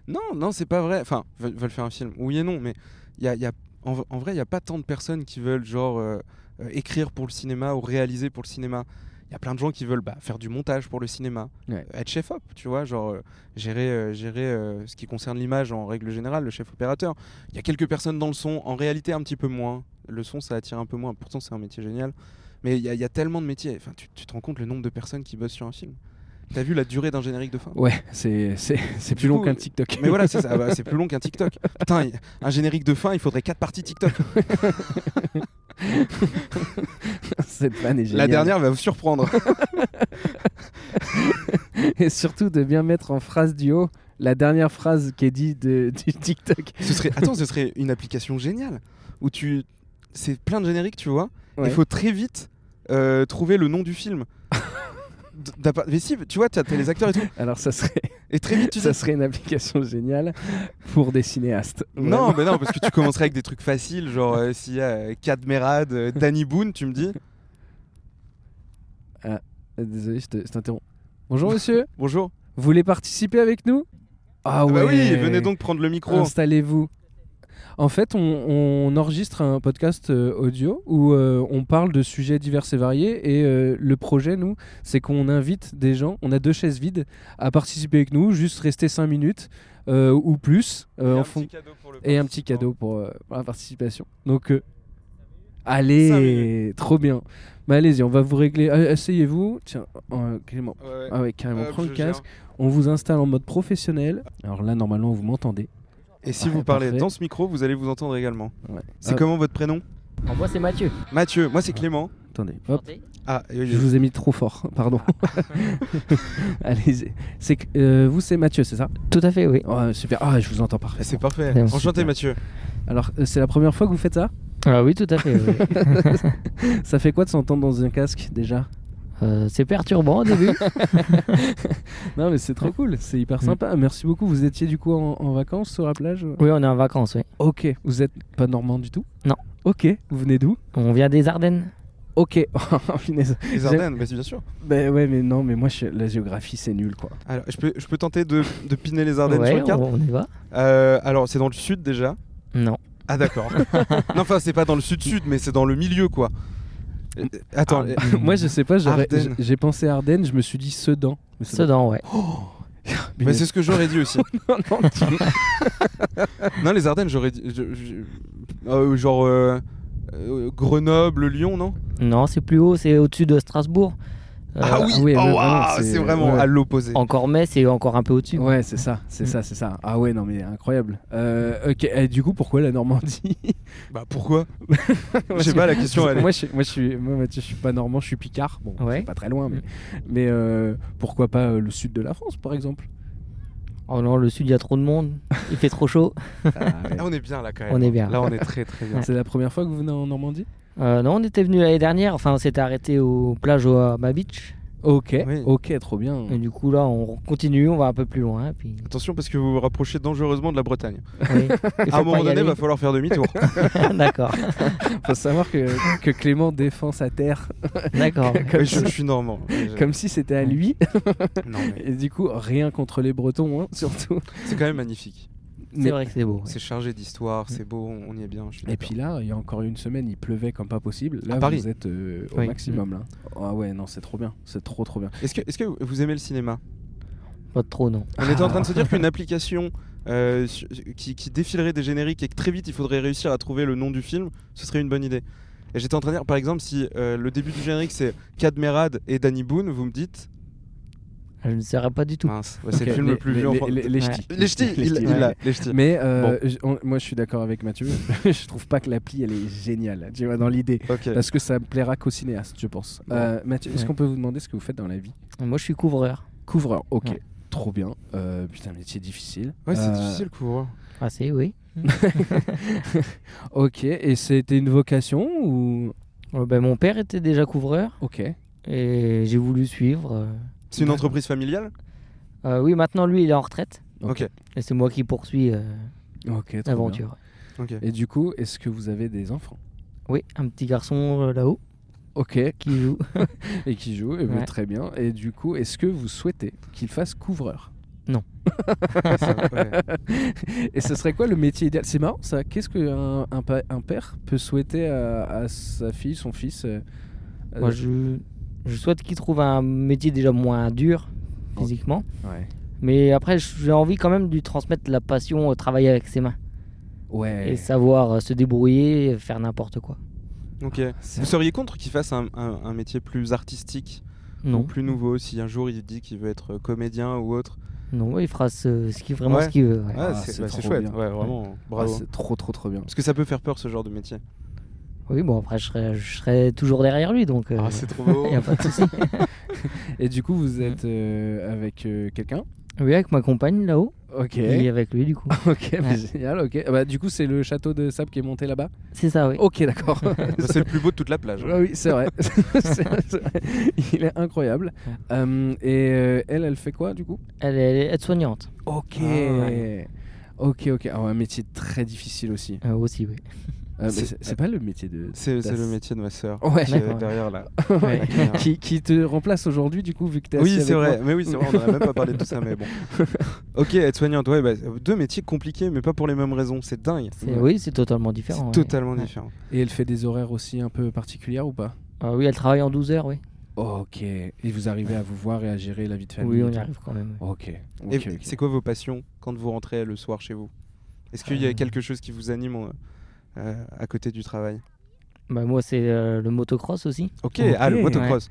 Non, non, c'est pas vrai. Enfin, veulent, veulent faire un film. Oui et non, mais il y a, il y a- en, v- en vrai, il y a pas tant de personnes qui veulent genre euh, euh, écrire pour le cinéma ou réaliser pour le cinéma. Il y a plein de gens qui veulent bah, faire du montage pour le cinéma,
Ouais.
Euh, être chef op, tu vois, genre euh, gérer, euh, gérer euh, ce qui concerne l'image en règle générale, le chef opérateur. Il y a quelques personnes dans le son, en réalité un petit peu moins. Le son, ça attire un peu moins. Pourtant, c'est un métier génial. Mais il y, a- il y a tellement de métiers. Enfin, tu, tu te rends compte le nombre de personnes qui bossent sur un film. T'as vu la durée d'un générique de fin
Ouais, c'est c'est- c'est
Du
plus long
coup,
qu'un TikTok.
mais voilà, c'est ça. Ah bah, c'est plus long qu'un TikTok. Putain, y- un générique de fin, il faudrait quatre parties TikTok.
Cette vanne est
La
géniale.
dernière va vous surprendre.
Et surtout de bien mettre en phrase du haut la dernière phrase qui est dite de- du TikTok.
ce serait, attends, ce serait une application géniale où tu, c'est plein de génériques, tu vois.
Ouais.
Il faut très vite euh, trouver le nom du film. D- t'as pas- Mais si, tu vois, t'as t'as les acteurs et tout.
Alors ça serait,
Et très vite, tu
ça
sais.
serait une application géniale pour des cinéastes.
Non,
Vraiment.
mais non, parce que tu commencerais avec des trucs faciles, genre euh, s'il y a euh, Kad Merad, euh, Danny Boone, tu me dis.
Euh, Désolé, je te- je t'interromps. Bonjour monsieur,
Bonjour.
vous voulez participer avec nous Ah
Ah
ouais.
bah oui, venez donc prendre le micro.
Installez-vous. En fait, on, on enregistre un podcast euh, audio où euh, on parle de sujets divers et variés. Et euh, le projet, nous, c'est qu'on invite des gens, on a deux chaises vides, à participer avec nous, juste rester 5 minutes euh, ou plus. euh, en fon- et un petit cadeau pour, euh, pour la participation. Donc, euh,
Cinq
allez,
minutes.
trop bien. Bah, allez-y, on va vous régler. Ah, Asseyez-vous. Tiens, euh, Clément. Ah ouais, carrément,
Euh,
prends le casque. On vous installe en mode professionnel. Alors là, normalement, vous m'entendez.
Et si
Ah,
vous parlez
parfait.
dans ce micro, vous allez vous entendre également.
Ouais.
C'est
Ah,
comment votre prénom
En moi, c'est Mathieu.
Mathieu, moi c'est Clément.
Attendez, hop.
Ah, oui, oui.
Je vous ai mis trop fort, pardon. Allez, c'est que- euh, vous c'est Mathieu, c'est ça
Tout à fait, oui.
Ouais, Super. Ah, je vous entends parfait.
c'est parfait.
Bien,
Enchanté
super.
Mathieu.
Alors, euh, c'est la première fois que vous faites ça
Ah oui, tout à fait. oui.
Ça fait quoi de s'entendre dans un casque déjà
Euh, c'est perturbant au début.
Non, mais c'est trop cool, c'est hyper
Mm.
sympa. Merci beaucoup. Vous étiez du coup en, en vacances sur la plage euh
oui, on est en vacances, oui.
Ok, vous êtes pas normand du tout
Non.
Ok, vous venez d'où
On vient des Ardennes.
Ok, oh, finesse.
Les Ardennes, bah, c'est bien sûr.
Ben ouais, mais non, mais moi je- la géographie c'est nul quoi.
Alors, je peux, je peux tenter de, de piner les Ardennes sur
ouais,
le
on,
carte.
on y va.
Euh, alors, c'est dans le sud déjà.
Non.
Ah d'accord. non, enfin, c'est pas dans le sud-sud, mais c'est dans le milieu quoi. Euh, Attends, euh,
moi je sais pas, j'aurais-
Ardennes.
j'ai j'ai pensé à Ardennes, je me suis dit Sedan. Mais ça doit-
Sedan, ouais.
mais c'est ce que j'aurais dit aussi.
Non, non,
non, les Ardennes, j'aurais dit. je- je- euh, genre euh, euh, Grenoble, Lyon, non
Non, c'est plus haut, c'est au-dessus de Strasbourg. Euh,
ah oui,
ah oui,
oh,
non,
waouh,
vraiment, c'est-
c'est vraiment
ouais.
à l'opposé.
Encore mais c'est encore un peu au-dessus.
Ouais, c'est ça, c'est
Mm.
ça, c'est ça. Ah ouais, non mais incroyable. Euh, ok, et du coup, pourquoi la Normandie
Bah pourquoi
Moi,
Je sais
je-
pas la question. Elle est-
Moi, je, moi, je suis, moi, Mathieu, je suis pas normand, je suis picard. Bon,
Ouais.
c'est pas très loin, mais,
Mm.
mais euh, pourquoi pas euh, le sud de la France, par exemple
Oh non, le sud, il y a trop de monde. Il fait trop chaud.
Ah, on est bien là quand même.
On est bien.
Là on est très très bien.
C'est la première fois que vous venez en Normandie
Euh, non, on était venu l'année dernière. Enfin, on s'était arrêté aux plages au Hama Beach.
Ok,
Oui.
ok, trop bien.
Et du coup, là, on continue, on va un peu plus loin. et Puis...
Attention parce que vous vous rapprochez dangereusement de la Bretagne.
Oui. Il
À un
faut pas
moment
y
donné,
aller.
va falloir faire demi-tour.
D'accord,
Faut savoir que, que Clément défend sa terre
d'accord.
comme,
Mais je, je suis normand. Je-
comme si c'était à lui.
Non, mais
Et du coup, rien contre les Bretons, hein, surtout.
c'est quand même magnifique.
Mais-
C'est vrai que c'est beau. ouais.
C'est chargé d'histoire, c'est beau, on on y est bien. Je suis
Et
d'accord.
puis là, il y a encore une semaine, il pleuvait comme pas possible. Là,
À Paris.
vous êtes euh, au
Oui.
maximum.
Mm.
Là. Ah ouais, non, c'est trop bien. C'est trop, trop bien.
Est-ce que, est-ce que vous aimez le cinéma
Pas trop, non.
On était en train de se dire qu'une application euh, su- qui, qui défilerait des génériques et que très vite il faudrait réussir à trouver le nom du film, ce serait une bonne idée. Et j'étais en train de dire, par exemple, si euh, le début du générique c'est Cadmerad et Danny Boone, vous me dites.
Je ne saurais pas du tout.
Mince, ouais, c'est le
Ok,
film
les-
le plus
les-
vieux en
les-
France.
les- les ch'tis.
Les ch'tis, il
ch'tis,
il
ouais.
l'a, les ch'tis.
Mais euh, je- on- moi, je suis d'accord avec Mathieu. je trouve pas que l'appli, elle est géniale. Tu vois, dans l'idée.
Ok.
Parce que ça plaira qu'aux cinéastes, je pense.
Bon.
Euh, Mathieu, est-ce
Ouais.
qu'on peut vous demander ce que vous faites dans la vie
Moi, je suis couvreur.
Couvreur, ok.
Ouais.
Trop bien. Euh, putain, métier difficile.
Ouais, c'est
Euh,
difficile, quoi.
Ah, c'est, oui.
Ok, et c'était une vocation ou.
Euh, ben, mon père était déjà couvreur
Ok.
et j'ai voulu suivre. euh.
C'est une entreprise familiale
Euh, oui, maintenant, lui, il est en retraite.
Ok.
Ok.
Et c'est moi qui poursuis euh,
Ok, trop bien.
l'aventure.
Ok.
Et du coup, est-ce que vous avez des enfants
Oui, un petit garçon euh, là-haut
Ok,
qui joue.
et qui joue, eh ben,
Ouais.
très bien. Et du coup, est-ce que vous souhaitez qu'il fasse couvreur
Ouais, ça- ouais.
Et ce serait quoi le métier idéal C'est marrant ça. Qu'est-ce qu'un un, pa- un père peut souhaiter à, à sa fille, son fils euh,
Moi,
euh,
je, je souhaite qu'il trouve un métier déjà moins dur physiquement.
Ouais.
Mais après, j'ai envie quand même de lui transmettre la passion, euh, travailler avec ses mains.
Ouais.
Et savoir euh, se débrouiller, et faire n'importe quoi.
Ok.
C'est-
Vous seriez contre qu'il fasse un, un- un métier plus artistique ou
Non,
plus nouveau si un jour il dit qu'il veut être comédien ou autre
non, il fera ce, ce qui, vraiment
Ouais.
ce qu'il veut. ouais.
Ah,
Ah,
c'est
c'est bah, c'est
trop
chouette.
bien.
Ouais, vraiment. Bravo.
Ah, c'est trop, trop, trop bien.
Parce que ça peut faire peur ce genre de métier.
Oui, bon, après, je serai, je serai toujours derrière lui, donc euh,
Ah, trop beau.
il n'y a pas de souci.
Et du coup, vous êtes euh, avec euh, quelqu'un
oui, avec ma compagne là-haut,
Ok.
et avec lui, du coup.
Ok, mais
Ouais.
génial. Ok. Ah bah, du coup, c'est le château de sable qui est monté là-bas.
C'est ça, oui.
Ok, d'accord.
c'est le plus beau de toute la plage. hein.
Ah oui, c'est vrai. C'est- c'est vrai. Il est incroyable. Euh, et euh, elle, elle fait quoi du coup
Elle est aide-soignante
Ok.
ouais.
Ah Ok, ok. Ah ouais, un métier très difficile aussi.
euh, aussi, oui.
Euh, mais
C'est-
c'est c'est pas le métier de.
C'est c'est
d'as-
le métier de ma sœur.
Bah, Ouais.
qui est
D'accord.
derrière là.
Ouais.
La caméra.
Qui, qui te remplace aujourd'hui du coup vu que t'es assis
Oui, c'est
avec
vrai.
moi.
Mais oui, c'est vrai. On n'aurait même pas parlé de tout ça, mais bon. ok, être soignante. Ouais, bah, deux métiers compliqués, mais pas pour les mêmes raisons. C'est dingue.
C'est- Oui, c'est totalement
C'est
différent. ouais.
totalement
Ouais.
différent.
Et elle fait des horaires aussi un peu particulières ou pas
Ah oui, elle travaille en 12 heures, oui.
Ok. Et vous arrivez à vous voir et à gérer la vie de famille.
Oui, on
et
y
tout
arrive quand même.
Ok. ok,
Et
ok.
c'est quoi vos passions quand vous rentrez le soir chez vous Est-ce qu'il y a
Euh.
quelque chose qui vous anime euh, euh, à côté du travail
Bah, moi, c'est euh, le motocross aussi.
Ok,
Ok,
ah, le motocross.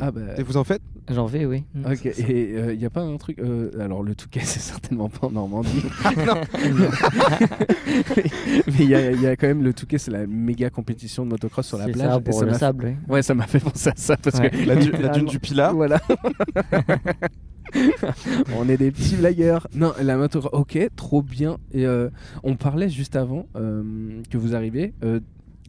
Ah bah.
Et vous en faites
J'en fais, oui. Mm.
Ok. Et il y a pas un truc. euh, alors le Touquet, c'est certainement pas en Normandie. mais il y, a- y a quand même le Touquet, c'est la méga compétition de motocross sur la
C'est
plage.
ça,
et
pour
ça
le
m'a-
sable, oui.
Ouais, ça m'a fait penser à ça parce
Ouais.
que
la, du- la dune du Pilat
Voilà. on est des petits blagueurs. Non, la moto. Ok, trop bien. Et euh, on parlait juste avant euh, que vous arriviez euh,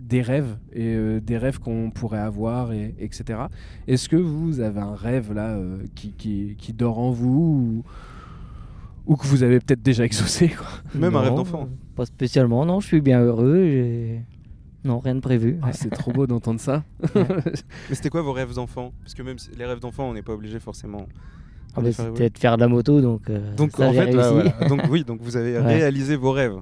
des rêves et euh, des rêves qu'on pourrait avoir, et, etc. Est-ce que vous avez un rêve là euh, qui, qui, qui dort en vous ou, ou que vous avez peut-être déjà exaucé quoi
Même un rêve
Non,
d'enfant.
euh, Pas spécialement, non, je suis bien heureux. j'ai- Non, rien de prévu.
Ah, C'est trop beau d'entendre ça.
Ouais.
Mais c'était quoi vos rêves d'enfant Parce que même si- les rêves d'enfant, on n'est pas obligé forcément. de
Ah, bah,
les faire évoluer.
C'était de faire de la moto, donc. euh,
donc
ça,
en
j'ai
fait, bah,
réussi.
voilà. donc oui, donc vous avez
Ouais.
réalisé vos rêves.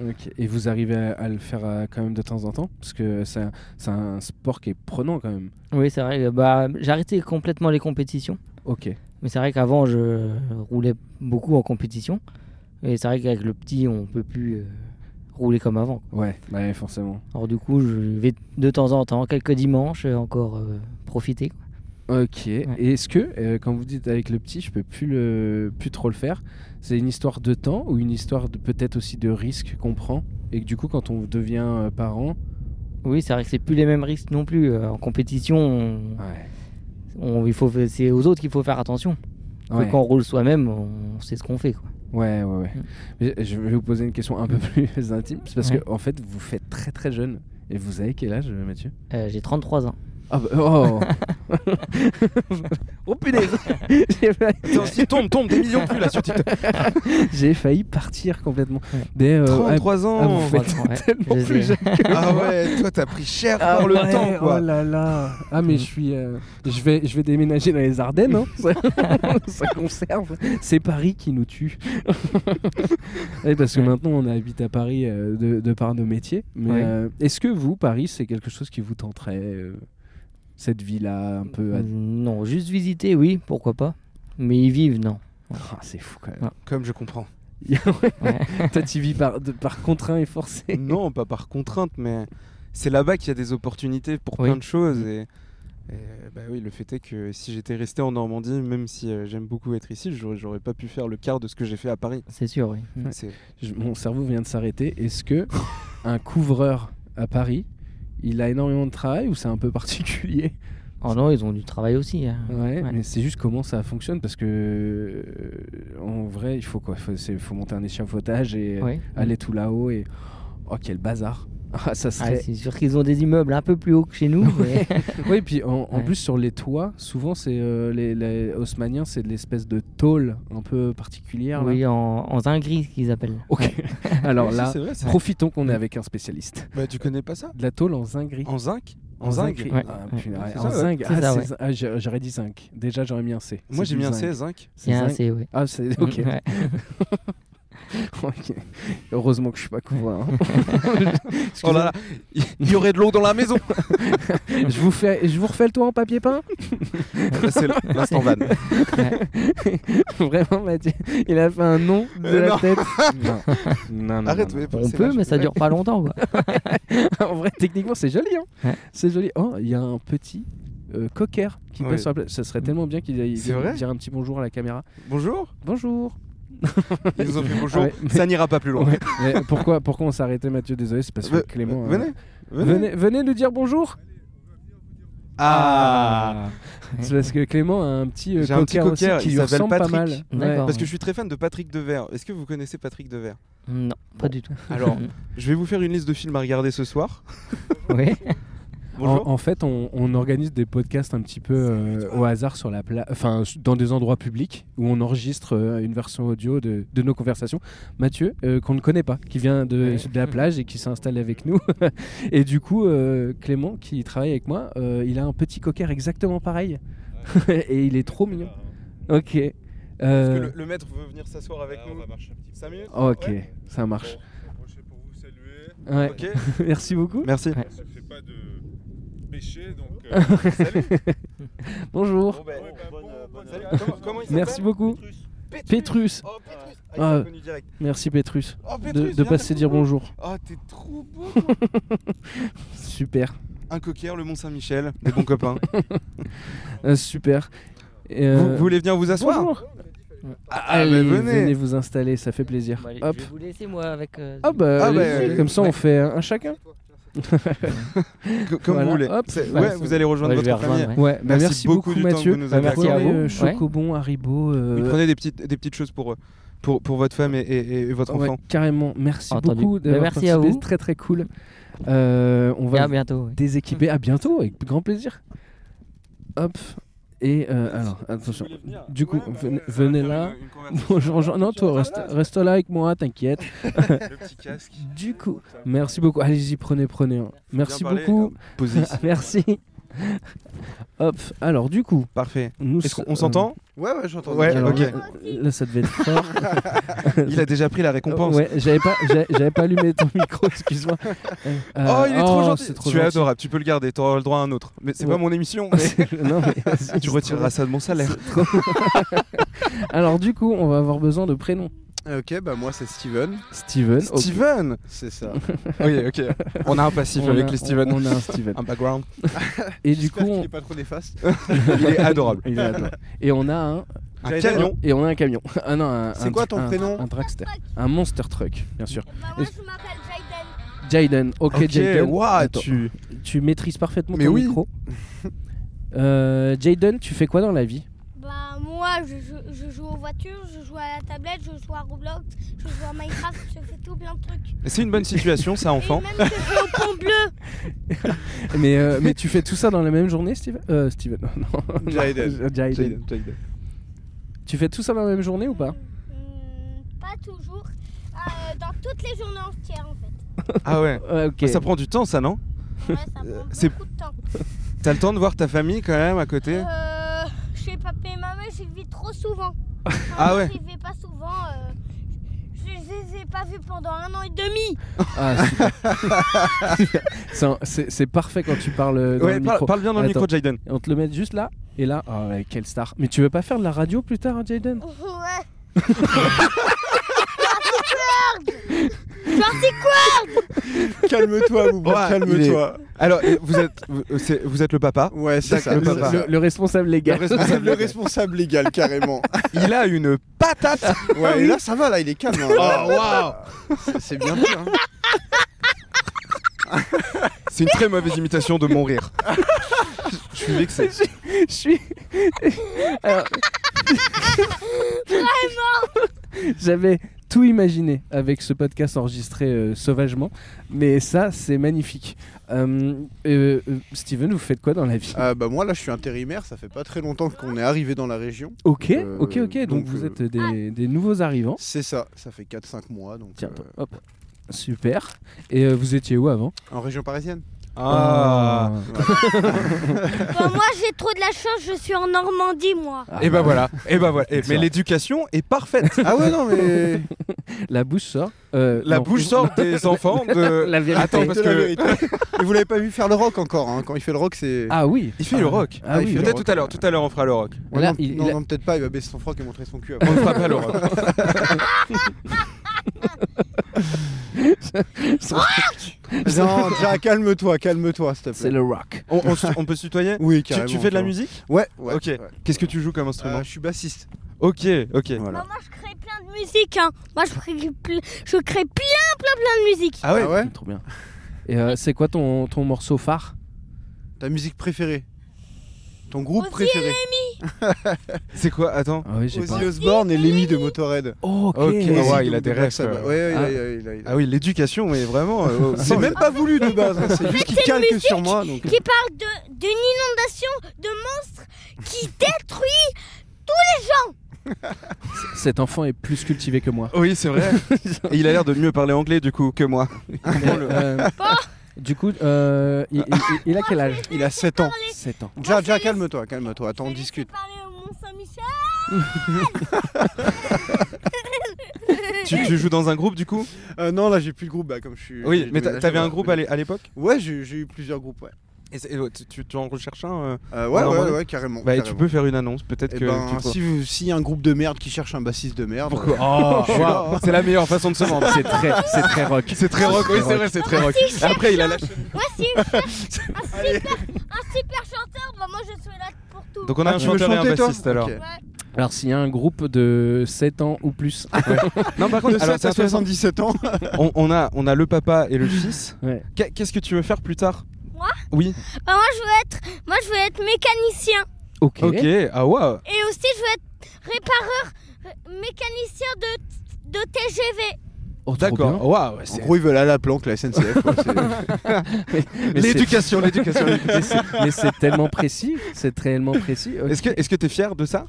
Ok. Et vous arrivez à, à le faire euh, quand même de temps en temps parce que c'est un- c'est un sport qui est prenant quand même.
Oui, c'est vrai. euh, Bah, j'ai arrêté complètement les compétitions.
Ok.
Mais c'est vrai qu'avant, je roulais beaucoup en compétition. Et c'est vrai qu'avec le petit, on peut plus euh, rouler comme avant.
Ouais, bah ouais, forcément.
Alors, du coup, je vais de temps en temps, quelques dimanches, euh, encore euh, profiter. quoi.
Ok. Et est-ce que, euh, quand vous dites avec le petit, je peux plus, le, plus trop le faire, c'est une histoire de temps ou une histoire de- peut-être aussi de risque qu'on prend Et que du coup, quand on devient euh, parent.
Oui, c'est vrai que c'est plus les mêmes risques non plus. Euh, En compétition, on- on- il faut, c'est aux autres qu'il faut faire attention. Que
Ouais.
Quand on roule soi-même, on sait ce qu'on fait. quoi.
Ouais, ouais, ouais. Mais Je vais vous poser une question un peu plus intime. C'est parce
Ouais.
que, en fait, vous faites très très jeune. Et vous avez quel âge, Mathieu
Euh, J'ai 33 ans.
Ah bah, oh Oh punaise J'ai failli-
Attends, si, tombe, tombe, des millions plus là sur TikTok.
J'ai failli partir complètement.
Ouais.
Mais, euh, ah,
33
ah, vous
ans
faites
Ouais,
tellement
je
plus
sais.
jeune.
Ah ouais, toi t'as pris cher par le
ouais,
temps quoi.
Oh là là. Ah mais je suis, euh, je vais, je vais déménager dans les Ardennes. hein. Ça, ça conserve. C'est Paris qui nous tue. Et parce que
Ouais.
maintenant on habite à Paris euh, de, de par nos métiers. Mais
Ouais.
euh, est-ce que vous, Paris, c'est quelque chose qui vous tenterait euh, cette vie-là un peu à-
Euh, Non, juste visiter, oui, pourquoi pas. Mais y vivre, non.
Ah, C'est fou quand même.
Ouais.
Comme je comprends.
Toi, tu vis par, de- par contraint et forcé.
non, pas par contrainte, mais c'est là-bas qu'il y a des opportunités pour
Oui.
plein de choses. Et, et, bah oui, le fait est que si j'étais resté en Normandie, même si euh, j'aime beaucoup être ici, j'aurais, j'aurais pas pu faire le quart de ce que j'ai fait à Paris.
C'est sûr, oui.
C'est...
Je- mon cerveau vient de s'arrêter. Est-ce que un couvreur à Paris, il a énormément de travail ou c'est un peu particulier
Oh non, ils ont du travail aussi. hein.
Ouais,
Ouais.
mais c'est juste comment ça fonctionne parce que euh, en vrai, il faut quoi faut, c'est- faut monter un échafaudage et euh,
Ouais.
aller tout là-haut et oh quel bazar. Ah, ça
Ah,
serait.
c'est sûr qu'ils ont des immeubles un peu plus hauts que chez nous. mais-
oui, puis en, en
Ouais.
plus sur les toits, souvent c'est euh, les, les haussmanniens, c'est de l'espèce de tôle un peu particulière. là.
oui, en, en gris, qu'ils appellent.
Ok.
Ouais.
Alors
Oui, si,
là,
c'est vrai, ça.
profitons qu'on est avec un spécialiste.
Bah, tu connais pas ça
De la tôle en zinguerie.
En zinc En zinc
Ouais.
Ah,
Ouais.
putain,
C'est
en
ça, ouais.
zinc.
C'est
Ah,
ça,
c'est
ouais.
zin- ah, j'a- j'aurais dit zinc. Déjà, j'aurais mis un C.
Moi
C'est
j'ai
du
mis un
zinc.
C, zinc.
Il y a un
zinc.
C, ouais.
Ah, c'est ok.
Ouais.
Ok. Heureusement que je suis pas couvreur. hein.
Oh là là, il y aurait de l'eau dans la maison
je vous fais, je vous refais le toit en papier peint.
Là, Ah, C'est l'instant van.
Vraiment, Mathieu, il a fait un nom de
Euh,
la
non.
tête. Non, non, non,
Arrête,
non, non.
mais
On
c'est
peut,
vache.
mais ça dure pas longtemps. Quoi.
en vrai, techniquement, c'est joli. hein.
Ouais.
C'est joli. Oh, il y a un petit euh, cocker qui
Ouais.
passe sur la place. Ça serait tellement bien qu'il aille
C'est vrai
dire un petit bonjour à la caméra.
Bonjour
Bonjour.
Ils nous ont fait bonjour.
Ah ouais, mais-
Ça n'ira pas plus loin.
Ouais. Mais pourquoi, pourquoi on s'est arrêté, Mathieu Désolé, c'est parce que
Ve-
Clément. euh,
venez, venez.
venez, venez nous dire bonjour.
Ah,
C'est parce que Clément a un petit euh,
J'ai un petit
cocker aussi
cocker,
qui
il
lui
s'appelle
ressemble pas mal.
Patrick.
D'accord.
Parce que je suis très fan de Patrick Devers. Est-ce que vous connaissez Patrick Devers
Non, pas du tout.
Alors, je vais vous faire une liste de films à regarder ce soir.
Oui.
Bonjour.
En, en fait, on, on organise des podcasts un petit peu euh, au hasard sur la pla- enfin s- dans des endroits publics où on enregistre euh, une version audio de, de nos conversations. Mathieu, euh, qu'on ne connaît pas, qui vient de,
Ouais.
de la plage et qui s'installe avec nous. et du coup, euh, Clément, qui travaille avec moi, euh, il a un petit cocker exactement pareil et il est trop mignon.
Bah,
Ok.
Est-ce
Euh,
que le, le maître veut venir s'asseoir avec nous 5 minutes
Ok,
Ouais.
ça marche.
Approchez pour vous saluer.
Ouais.
Ok,
Merci beaucoup.
merci.
Ouais.
Ça ne fait pas de péché, donc. euh, salut.
Bonjour.
ben,
Bon, bonne, euh, bonne
salut.
soirée.
Comment- comment il s'appelle
Merci beaucoup. Pétrus.
Oh, Pétrus Ah, il
Ah.
m'a connu direct.
Merci Pétrus
Oh, Pétrus
de, de
viens,
passer
t'es
dire
trop beau.
bonjour.
Oh, t'es trop beau
Super.
Un coquillère, le Mont-Saint-Michel, des bons copains.
Euh, super. Et, euh,
Vous, vous voulez venir vous asseoir
bonjour.
Ah,
Allez,
mais
venez.
venez.
vous installer, ça fait plaisir.
Bah, allez,
Hop.
Je vais vous laisser, moi, avec. euh,
Ah bah,
Ah bah,
allez-y,
euh,
comme ça on fait un, un chacun.
Co- Comme
Voilà,
vous voulez.
hop.
C'est-
Voilà,
ouais,
c'est
vous allez rejoindre
Ouais, je vais
votre famille.
rejoindre. ouais.
Ouais, bah,
Merci
merci
beaucoup
beaucoup,
du temps
Mathieu.
que vous nous
Bah,
avez
merci à
accordé.
vous.
Ouais.
Chocobon, Haribo. euh,
Oui, prenez des petites, des petites choses pour, euh, pour, pour votre femme et, et- et votre
ouais,
enfant.
carrément, merci
Entendu.
beaucoup.
Bah,
d'avoir
merci à
participé,
vous.
c'est Très très cool. Euh, on
Et
va
à bientôt. oui.
déséquiper. À bientôt, avec grand plaisir. Hop. Et euh, alors, attention. Du coup,
bah,
venez-
euh,
venez là. Bonjour, Jean- non, toi, reste, reste là avec moi, t'inquiète.
Le petit casque.
Du coup, merci beaucoup. Allez-y, prenez, prenez. hein. Merci
Bien parlé,
beaucoup.
euh, posez ici.
Merci. Hop, alors du coup,
Parfait.
nous.
Est-ce qu'on on
euh,
s'entend
Ouais, ouais, j'entends.
Ouais,
alors, euh,
ok.
Là, ça devait être fort.
Il a déjà pris la récompense.
Ouais, j'avais pas, j'avais- j'avais pas allumé ton micro, excuse-moi. Euh,
Oh, il est trop gentil.
c'est trop
tu es
gentil.
adorable, tu peux le garder, tu auras le droit à un autre. Mais c'est
Ouais.
pas mon émission.
non, mais vas-y, c'est
tu
trop
retireras ça de mon salaire.
bien. Alors du coup, on va avoir besoin de prénoms.
Ok, bah moi c'est Steven,
Steven. ok.
Steven
c'est ça.
Oui, ok. On a un passif
On
avec
a-
les Steven. Ah,
On, on a un Steven.
Un background.
Et du coup,
J'espère qu'il
on...
est pas trop néfaste.
Il est adorable.
il est adorable. et on a un
Un
J'allais dire-
camion.
Et on a un camion. Ah non, un-
C'est
un-
quoi ton
un-
prénom
Un dragster. Un monster truck, bien sûr.
Bah, moi, je m'appelle Jaden.
Jaden. Ok,
Ok,
Jaden.
ouah,
Attends, tu...
tu...
maîtrises parfaitement
Mais
ton
oui.
micro. Euh, Jaden, tu fais quoi dans la vie
Bah, moi, je, joue- je joue aux voitures, je joue à la tablette, je joue à Roblox, je joue à Minecraft, je fais tout plein de trucs.
C'est une bonne situation, ça, enfant.
Et même je fais au pont bleu.
mais, euh, mais tu fais tout ça dans la même journée, Steven euh, Steven, non, non.
Jaden.
Jaden.
Jaden, Jaden.
Tu fais tout ça dans la même journée ou pas
Euh, Hmm, Pas toujours. Euh, dans toutes les journées entières, en fait.
Ah
Ouais,
ouais.
Euh, Ok.
Ah, Ça prend du temps, ça, non
Ouais, ça
Euh,
prend
c'est-
beaucoup de temps.
T'as le temps de voir ta famille quand même à côté
Euh, chez papa et maman, j'y vais trop souvent.
Ah ouais.
J'y vais pas souvent. euh, je je les ai pas vus pendant un an et demi.
Ah, super. Super. C'est un- C'est c'est parfait quand tu parles euh, dans
Ouais,
le
parle,
micro.
parle bien dans le
Attends.
micro, Jaden.
Et On te le met juste là et là. Oh, ouais, quelle star. Mais tu veux pas faire de la radio plus tard, hein, Jaden
Ah,
Ouais. Jurassic
Calme-toi, Bouba,
Ouais,
calme-toi.
Alors, euh, vous êtes, vous c'est- vous êtes le papa.
Ouais, c'est ça. Ah,
le,
D'accord,
c'est
papa.
ça.
le- le responsable
Le
légal.
responsable, le responsable légal, carrément.
Il a une patate.
Ah, Ouais, et là, ça va, là, il est calme. hein. C'est- C'est bien pire. hein.
C'est une très mauvaise imitation de mon rire. Je suis vexé.
Je suis. Alors... J'avais tout imaginé avec ce podcast enregistré euh, sauvagement, mais ça, c'est magnifique. Euh, euh, euh, Steven, vous faites quoi dans la vie
Euh, bah, moi, là, je suis intérimaire. Ça fait pas très longtemps qu'on est arrivé dans la région.
Ok,
euh,
ok, ok. Donc,
donc,
vous
euh,
êtes des, des nouveaux arrivants.
C'est ça. Ça fait 4-5 mois. Donc,
Tiens,
euh,
toi, hop. Super. Et euh, vous étiez où avant Euh,
en région parisienne.
Ah.
Park Bah, Moi, j'ai trop de la chance, je suis en Normandie, moi.
Ah,
Et
bah
ben voilà. Et ben voilà. Eh,
Ça.
mais l'éducation est parfaite.
Ah ouais, non, mais.
La bouche sort. Euh,
La
non.
bouche sort des enfants de.
La vérité.
Attends, parce
C'est la
que.
vérité. Et vous l'avez pas vu faire le rock encore. hein. Quand il fait le rock, c'est.
Ah oui.
Il fait le rock.
Ah
il
oui.
fait le
Peut-être
rock.
tout à l'heure. Tout à l'heure, on fera le rock.
Ouais,
Là,
non,
il-
non,
là-
non, peut-être pas. Il va baisser son froc et montrer son cul
On
après.
ne fera pas le rock.
non, déjà, calme-toi, calme-toi, s'il te plaît.
C'est le rock.
On, on se- on peut se tutoyer
Oui,
tu, tu
carrément.
fais de la
carrément.
musique
Ouais, ouais.
Ok.
ouais.
Qu'est-ce que tu joues comme
Euh,
instrument
je suis bassiste.
Ok, ok.
Bah, moi, je crée plein de musique. Hein. Moi, je crée, ple- je crée plein, plein, plein de musique.
Ah ouais,
Trop bien. Et euh, c'est quoi ton, ton morceau phare
Ta musique préférée Ton groupe
Ozzy
préféré
C'est quoi Attends.
Ah oui, j'ai pas. Oh,
Ozzy Osbourne et Lemmy de Motorhead.
Ok.
Ok. Ah ouais,
Ozzy
il a
de
des
Black
refs,
Sabbath.
euh.
Ouais, ouais,
Ah.
il a- il a- il a-
Ah oui, l'éducation est vraiment. euh,
C'est même pas voulu de base, hein, c'est juste qu'il calque sur moi. Donc...
Qui parle de- d'une inondation de monstres qui détruit.
Cet enfant est plus cultivé que moi.
Oui, c'est vrai. Et il a l'air de mieux parler anglais du coup que moi.
Et, euh, du coup, euh, il, il- il- il a quel âge
euh. Il a 7 ans.
7 ans.
Déjà, déjà calme-toi, calme-toi, attends, on
Je vais laisser
discute.
parler au Mont Saint-Michel.
tu, tu joues dans un groupe du coup
Euh, non, là, j'ai plus le groupe, bah, comme je suis.
Oui,
j'ai
mais t'a-
déménagé,
t'avais
voilà.
un groupe à l'é- à l'époque
Ouais, j'ai j'ai eu plusieurs groupes, ouais.
Et c'est- et ouais, tu, tu- tu en recherches un euh,
Euh, ouais,
Alors,
ouais,
moi,
ouais, carrément.
Bah, et tu
carrément.
peux faire une annonce, peut-être
Eh
que.
ben,
tu trouves-
si, vous- s'il y a un groupe de merde qui cherche un bassiste de merde.
Pourquoi
euh,
Oh,
je suis là,
waouh,
hein.
C'est la meilleure façon de se vendre.
C'est très, c'est très rock.
C'est très rock, oui, Ah, c'est vrai, c'est très rock. Après, il a lâché.
Moi, si je cherche un super, un super chanteur, bah, moi, je suis là pour tout.
Donc, on a
Ah,
un
tu veux
chanteur et un
chanter, toi
bassiste alors.
Ok.
Ouais.
Alors, s'il y a un groupe de 7 ans ou plus,
Non, par
De
contre, alors,
7 à
c'est intéressant.
77 ans.
on, on a, on a le papa et le fils.
Ouais.
Qu'est- Qu'est-ce que tu veux faire plus tard
Moi
Oui.
Bah, moi, je veux être, moi, je veux être mécanicien.
ok.
Ok, ah ouais.
Et aussi, je veux être répareur, euh, mécanicien de, de TGV.
Oh, trop
D'accord.
bien.
Waouh, ouais,
En
c'est-
gros, ils veulent aller à la planque, la SNCF. quoi, c'est-
Mais c'est-
L'éducation, l'éducation.
mais c'est- mais c'est tellement précis. C'est réellement précis. ok.
Est-ce que est-ce que t'es fier de ça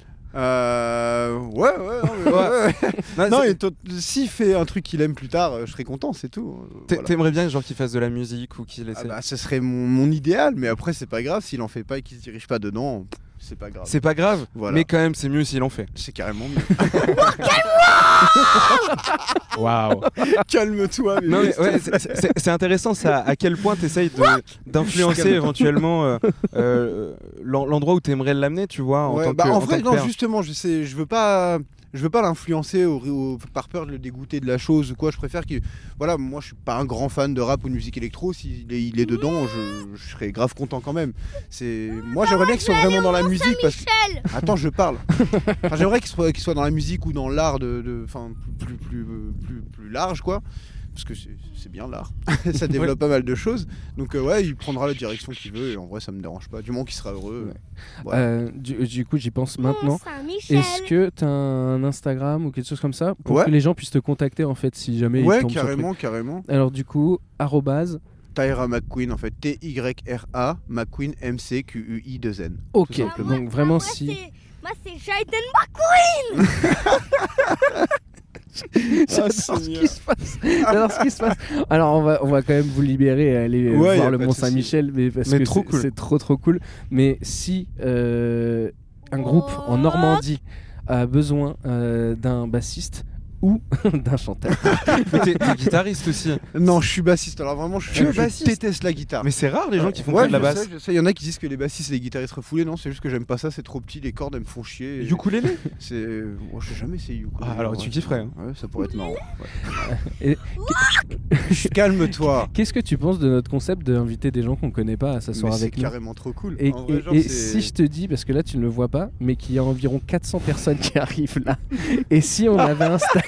Euh. Ouais, ouais, non, mais
Ouais. Bah,
ouais. ouais. Non,
c'est-
et toi, s'il fait un truc qu'il aime plus tard, euh, je serais content, c'est tout. Euh,
T'a-
voilà.
T'aimerais bien genre qu'il fasse de la musique ou qu'il
Ah
essaie.
bah, ce serait mon, mon idéal, mais après, c'est pas grave. S'il en fait pas et qu'il se dirige pas dedans, pff, c'est pas grave.
c'est pas grave,
ah bah, Voilà.
mais quand même c'est mieux s'il en fait.
C'est carrément mieux.
Waouh.
Calme-toi, mais.
Non mais ouais, c'est- c'est c'est intéressant ça. À quel point t'essayes de d'influencer éventuellement euh, euh, l'en- l'endroit où t'aimerais l'amener, tu vois, en
Ouais,
tant
bah,
que
en
tant
vrai,
que
non,
père.
justement, je sais, je veux pas. je veux pas l'influencer au- au- par peur de le dégoûter de la chose ou quoi. Je préfère qu'il. Voilà, moi je suis pas un grand fan de rap ou de musique électro. S'il est, il est dedans, je, je serais grave content quand même. C'est moi j'aimerais bien qu'ils soient vraiment dans la musique parce que.
Michel
Attends, je parle. Enfin, j'aimerais qu'il soit, qu'il soit dans la musique ou dans l'art de, de- enfin, plus, plus, plus, plus, plus large, quoi. Parce que c'est c'est bien l'art. ça développe pas mal de choses. Donc, euh, ouais, il prendra la direction qu'il veut. Et en vrai, ça me dérange pas. Du moment qu'il sera heureux.
Ouais.
Ouais.
Euh, du, du coup, j'y pense maintenant.
Saint-Michel.
Est-ce que tu as un Instagram ou quelque chose comme ça pour
Ouais.
que les gens puissent te contacter en fait si jamais ils
ouais,
tombent sur le truc
carrément, carrément.
Alors du coup, arrobase,
Tyra McQueen, en fait. T-Y-R-A McQueen M-C-Q-U-I-2-N.
ok.
Tout simplement.
Donc vraiment
Bah, moi,
si...
c'est- Moi, c'est Jaden
J'adore ce qui se passe. J'adore ce qui se passe. Alors on va, on va quand même vous libérer et aller euh,
Ouais, y
voir
a
le
pas de
Mont
souci.
Saint-Michel, mais parce
Mais
que
trop
c'est
cool.
c'est trop trop cool. Mais si euh, un groupe
Oh.
en Normandie a besoin euh, d'un bassiste ou d'un chanteur,
Mais t'es t'es guitariste aussi.
Non, je suis bassiste. Alors, vraiment, je,
Que
je
bassiste
déteste la guitare.
Mais c'est rare les gens qui font
Ouais,
que de la
je
basse.
sais, je sais. Il y en a qui disent que les bassistes et les guitaristes refoulés. Non, c'est juste que j'aime pas ça. C'est trop petit. Les cordes, elles me font chier. Et-
Ukulélé
C'est. Oh, je sais jamais c'est ukulélé.
Ah, alors
ouais.
tu kifferais. hein.
Ouais, ça pourrait être marrant.
Et-
Chut, Calme-toi.
qu'est-ce que tu penses de notre concept d'inviter des gens qu'on connaît pas à
Mais
s'asseoir
C'est
avec nous
carrément trop cool.
Et,
En vrai,
et-
genre,
et
c'est-
si je te dis, parce que là tu ne le vois pas, mais qu'il y a environ 400 personnes qui arrivent là, et si on avait installé,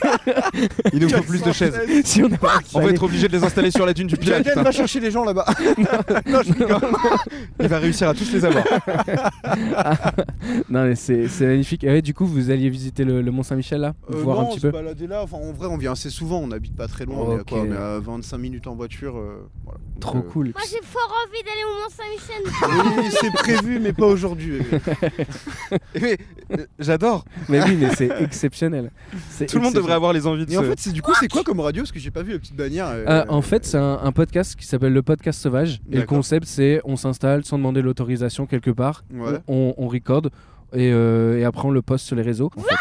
Il nous faut plus de chaises.
si on avait
On va
installé-
être obligé de les installer sur la dune du Pilat.
Jaden, va chercher les gens là-bas.
Il va réussir à tous les avoir.
non mais c'est c'est magnifique. Et ouais, du coup vous alliez visiter le, le Mont Saint-Michel là,
Euh,
voir
non,
un petit
on
peu.
se baladait là. Enfin, en vrai, on vient assez souvent. On habite pas très loin. On, est à
Ok.
quoi On est à 25 minutes en voiture. euh, voilà. Donc,
Trop
euh,
cool.
Moi, j'ai fort envie d'aller au Mont-Saint-Michel.
oui, c'est prévu, mais pas aujourd'hui.
Mais, euh, J'adore.
Mais oui, mais c'est exceptionnel. C'est
Tout le monde devrait
exceptionnel.
avoir les envies de
Et en
se-
fait, c'est du coup, c'est quoi comme radio Parce que j'ai pas vu la petite bannière. euh,
Euh, en fait, c'est un, un podcast qui s'appelle le podcast sauvage. Et le
D'accord.
concept, c'est on s'installe sans demander l'autorisation quelque part.
Ouais.
On, on record et, euh, et après on le poste sur les réseaux. en fait.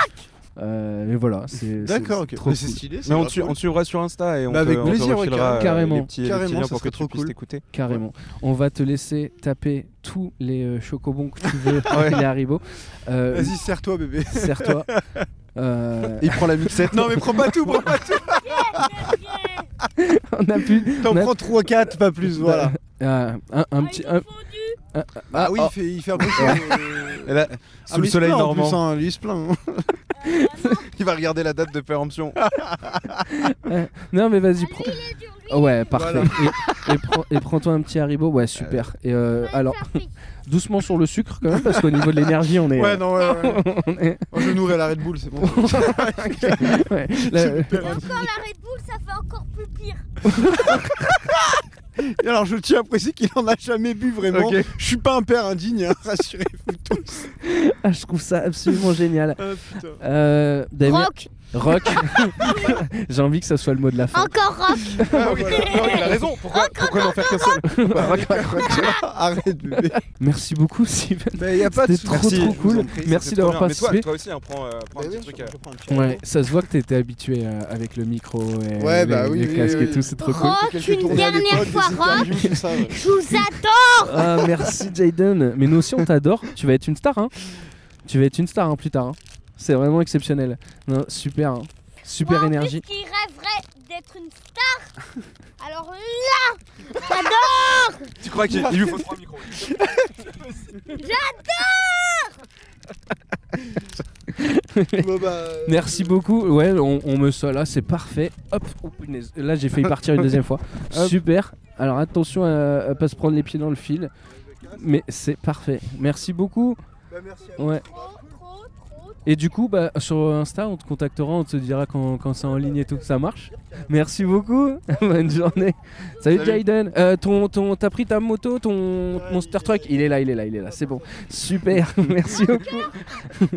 Euh, mais voilà, c'est
D'accord,
c'est
ok.
trop
Mais
cool.
c'est stylé. c'est
Mais on,
grave
tu,
cool.
on te suivra sur Insta et on
Bah,
te,
avec
on te
plaisir, ouais,
refilera, euh,
carrément.
les petits, les petits
Carrément,
liens
ça
pour que
serait
tu
trop
puisses
cool.
t'écouter.
Carrément. On va te laisser taper tous les euh, chocobons que tu veux, les Haribo. Euh,
Vas-y, serre-toi, bébé.
Serre-toi. Euh,
Il prend la mixette. Non, mais prends pas tout, prends pas tout.
Ah, on a pu.
T'en
on a-
prends 3-4, pas plus, voilà.
Ah, un, un petit. un-
Ah oui,
oh,
il, fait, il fait un peu chaud. euh,
Et là,
ah,
sous
mais
le
il se
soleil
plaint en plus,
normand,
hein, lui, il se plaint. hein.
il va regarder la date de péremption.
Non, mais
Ah,
vas-y, prends. Oh ouais, parfait.
Voilà.
Et, et prends- et prends-toi un petit Haribo. Ouais, super. Et
Ah,
euh, alors, doucement sur le sucre quand même, parce qu'au niveau de l'énergie, on est.
Ouais, non, ouais, ouais. ouais.
euh, on est-
Oh, je nourris à la Red Bull, c'est bon.
ouais, là, euh,
Et encore la Red Bull, ça fait encore plus pire.
Et alors, je tiens à préciser qu'il en a jamais bu vraiment.
Ok.
Je suis pas un père indigne, hein, rassurez-vous tous.
ah, je trouve ça absolument génial.
Ah, putain.
Euh, Damien-
Rock,
Rock. J'ai envie que ça soit le mot de la fin.
encore rock.
Ah, voilà.
Non, il a raison. Pourquoi, pourquoi n'en faire qu'un seul
Arrête, bébé.
Merci beaucoup, Steven.
Mais y a pas de
C'était trop
soucis.
trop
Je vous
cool.
en prie.
Merci
C'est
d'avoir
trop bien. Mais toi-
participé.
Toi aussi, hein, prends euh, prends un petit truc. euh,
Ouais, ça se voit que t'étais habitué euh, avec le micro et
Ouais,
les,
bah oui,
les
oui,
casques
oui.
et tout, c'est trop cool.
Rock, Oh, une
Oh,
dernière fois rock. Je vous hein, attends.
Ah, merci Jaden. Mais nous aussi, on t'adore. Tu vas être une star, hein. Tu vas être une star hein, plus tard. hein. C'est vraiment exceptionnel. Non, super, hein. super
Moi, en plus,
énergie.
Qui rêverait d'être une star. Alors là,
Tu crois qu'il il lui faut trois micros bah,
Merci beaucoup. Ouais, on, on me ça là, c'est parfait. Hop, oh, punaise. là j'ai failli partir une deuxième fois.
Hop.
Super. Alors attention à, à pas se prendre les pieds dans le fil. Mais c'est parfait. Merci beaucoup. Ouais.
trop, trop, trop.
Et du coup, bah, sur Insta, on te contactera, on te dira quand, quand c'est en ligne et tout. Ça marche Merci beaucoup. Bonne journée. Salut,
Salut.
Jaden. Euh, ton, ton, T'as pris ta moto, ton Monster Truck Il est là, il est là, il est là. C'est bon. Super. Merci beaucoup.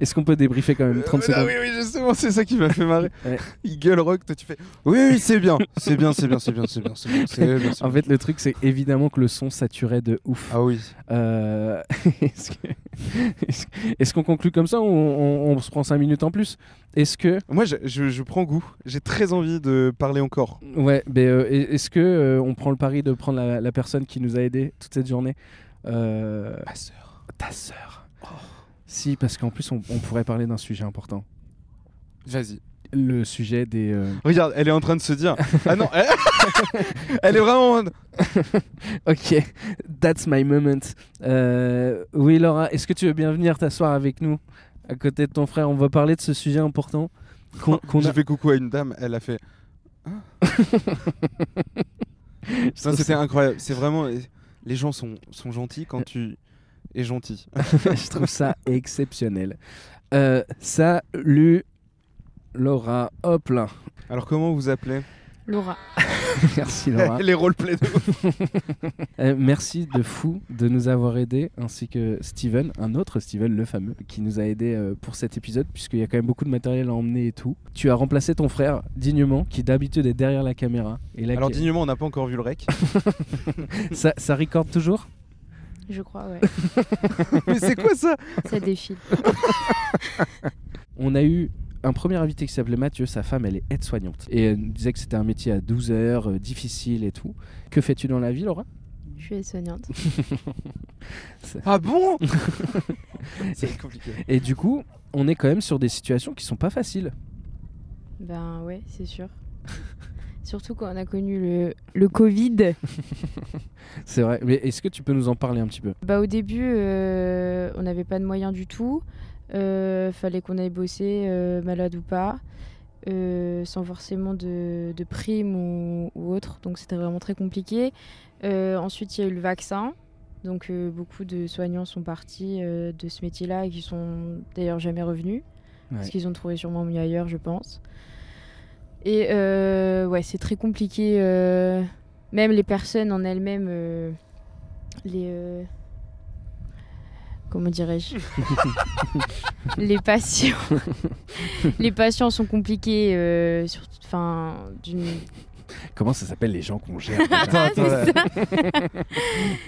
Est-ce qu'on peut débriefer quand même 30
Euh,
secondes
Oui, oui, justement, c'est ça qui m'a fait marrer.
Ouais.
Il gueule rock, toi tu fais. Oui, oui, c'est bien, c'est bien, c'est bien, c'est bien, c'est bien, c'est bien, c'est bien. c'est
En
bien.
fait, le truc, c'est évidemment que le son saturait de ouf.
Ah oui.
Euh, Est-ce que- est-ce- est-ce qu'on conclut comme ça ou on, on- on se prend 5 minutes en plus Est-ce que
Moi, je, je- je prends goût. J'ai très envie de parler encore.
Ouais, mais euh, e- est-ce que euh, on prend le pari de prendre la, la personne qui nous a aidé toute cette journée Euh,
Ma sœur.
Ta sœur. Si, parce qu'en plus, on, on pourrait parler d'un sujet important.
Vas-y.
Le sujet des. euh,
Regarde, elle est en train de se dire. ah non, elle, elle est vraiment. en mode,
Ok, that's my moment. Euh, oui, Laura, est-ce que tu veux bien venir t'asseoir avec nous à côté de ton frère On va parler de ce sujet important. qu'on- qu'on
J'ai
a-
fait coucou à une dame, elle a fait.
Ça,
Non,
c'est-
c'était incroyable. C'est vraiment. Les gens sont, sont gentils quand tu es gentil.
je trouve ça exceptionnel. Euh, salut, Laura. Hop là.
Alors, comment vous appelez
Laura.
Merci, Laura.
Les roleplays de.
Euh, merci de fou de nous avoir aidés, ainsi que Steven, un autre Steven, le fameux, qui nous a aidés euh, pour cet épisode, puisqu'il y a quand même beaucoup de matériel à emmener et tout. Tu as remplacé ton frère dignement, qui d'habitude est derrière la caméra. Et là,
Alors,
qui-
dignement, on n'a pas encore vu le rec.
ça, ça recorde toujours
Je crois, ouais.
Mais c'est quoi ça
Ça défile.
On a eu un premier invité qui s'appelait Mathieu, sa femme, elle est aide-soignante. Et elle nous disait que c'était un métier à 12 heures, euh, difficile et tout. Que fais-tu dans la vie, Laura
Je suis soignante.
Ah bon C'est compliqué.
Et du coup, on est quand même sur des situations qui sont pas faciles.
Ben ouais, c'est sûr. Surtout quand on a connu le, le Covid.
C'est vrai. Mais est-ce que tu peux nous en parler un petit peu
Bah au début, euh, on n'avait pas de moyens du tout. Euh, fallait qu'on aille bosser, euh, malade ou pas, euh, sans forcément de, de primes ou, ou autre. Donc c'était vraiment très compliqué. Euh, ensuite, il y a eu le vaccin. Donc euh, beaucoup de soignants sont partis euh, de ce métier-là et qui sont d'ailleurs jamais revenus. Parce
Ouais.
qu'ils ont trouvé sûrement mieux ailleurs, je pense. Et euh, ouais, c'est très compliqué. euh, même les personnes en elles-mêmes, euh, les. euh, comment dirais-je Les patients. les patients sont compliqués. euh, sur- Enfin, d'une.
Comment ça s'appelle les gens qu'on gère
Ah,
attends,
c'est ça.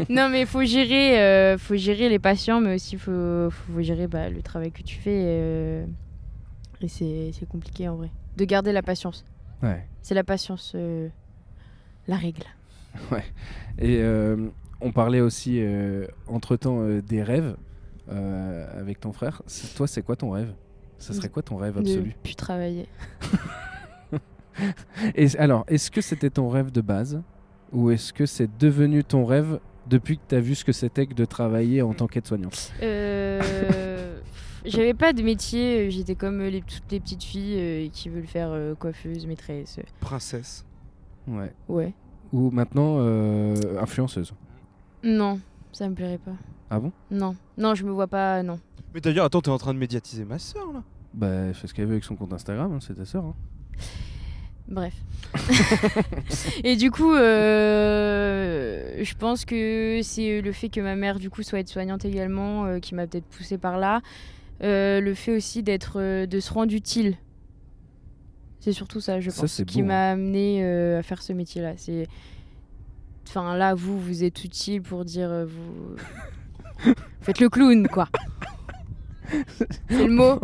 non, mais faut gérer, euh, faut gérer les patients, mais aussi faut, faut gérer bah, le travail que tu fais. euh, et c'est c'est compliqué en vrai. De garder la patience.
Ouais.
C'est la patience, euh, la règle.
Et euh, on parlait aussi euh, entre-temps euh, des rêves euh, avec ton frère. C'est- Toi, c'est quoi ton rêve Ça serait quoi ton rêve
De
absolu
plus travailler.
Et alors, est-ce que c'était ton rêve de base ou est-ce que c'est devenu ton rêve depuis que tu as vu ce que c'était que de travailler en tant qu'aide-soignante
Euh, J'avais pas de métier, euh, j'étais comme les, toutes les petites filles euh, qui veulent faire euh, coiffeuse, maîtresse.
Princesse.
Ouais.
Ouais.
Ou maintenant euh, influenceuse
Non, ça me plairait pas.
Ah bon
Non, non, je me vois pas, non.
Mais d'ailleurs, attends, t'es en train de médiatiser ma soeur là
Bah, elle fait ce qu'elle veut avec son compte Instagram, hein, c'est ta sœur. hein.
Bref. et du coup, euh, je pense que c'est euh, le fait que ma mère, du coup, soit aide-soignante également, euh, qui m'a peut-être poussée par là. Euh, le fait aussi d'être, euh, de se rendre utile. C'est surtout ça, je
Ça,
pense,
c'est
qui
beau, hein.
m'a amené à faire ce métier-là. C'est, enfin, là, vous, vous êtes utile pour dire, euh, vous faites le clown, quoi. c'est le mot.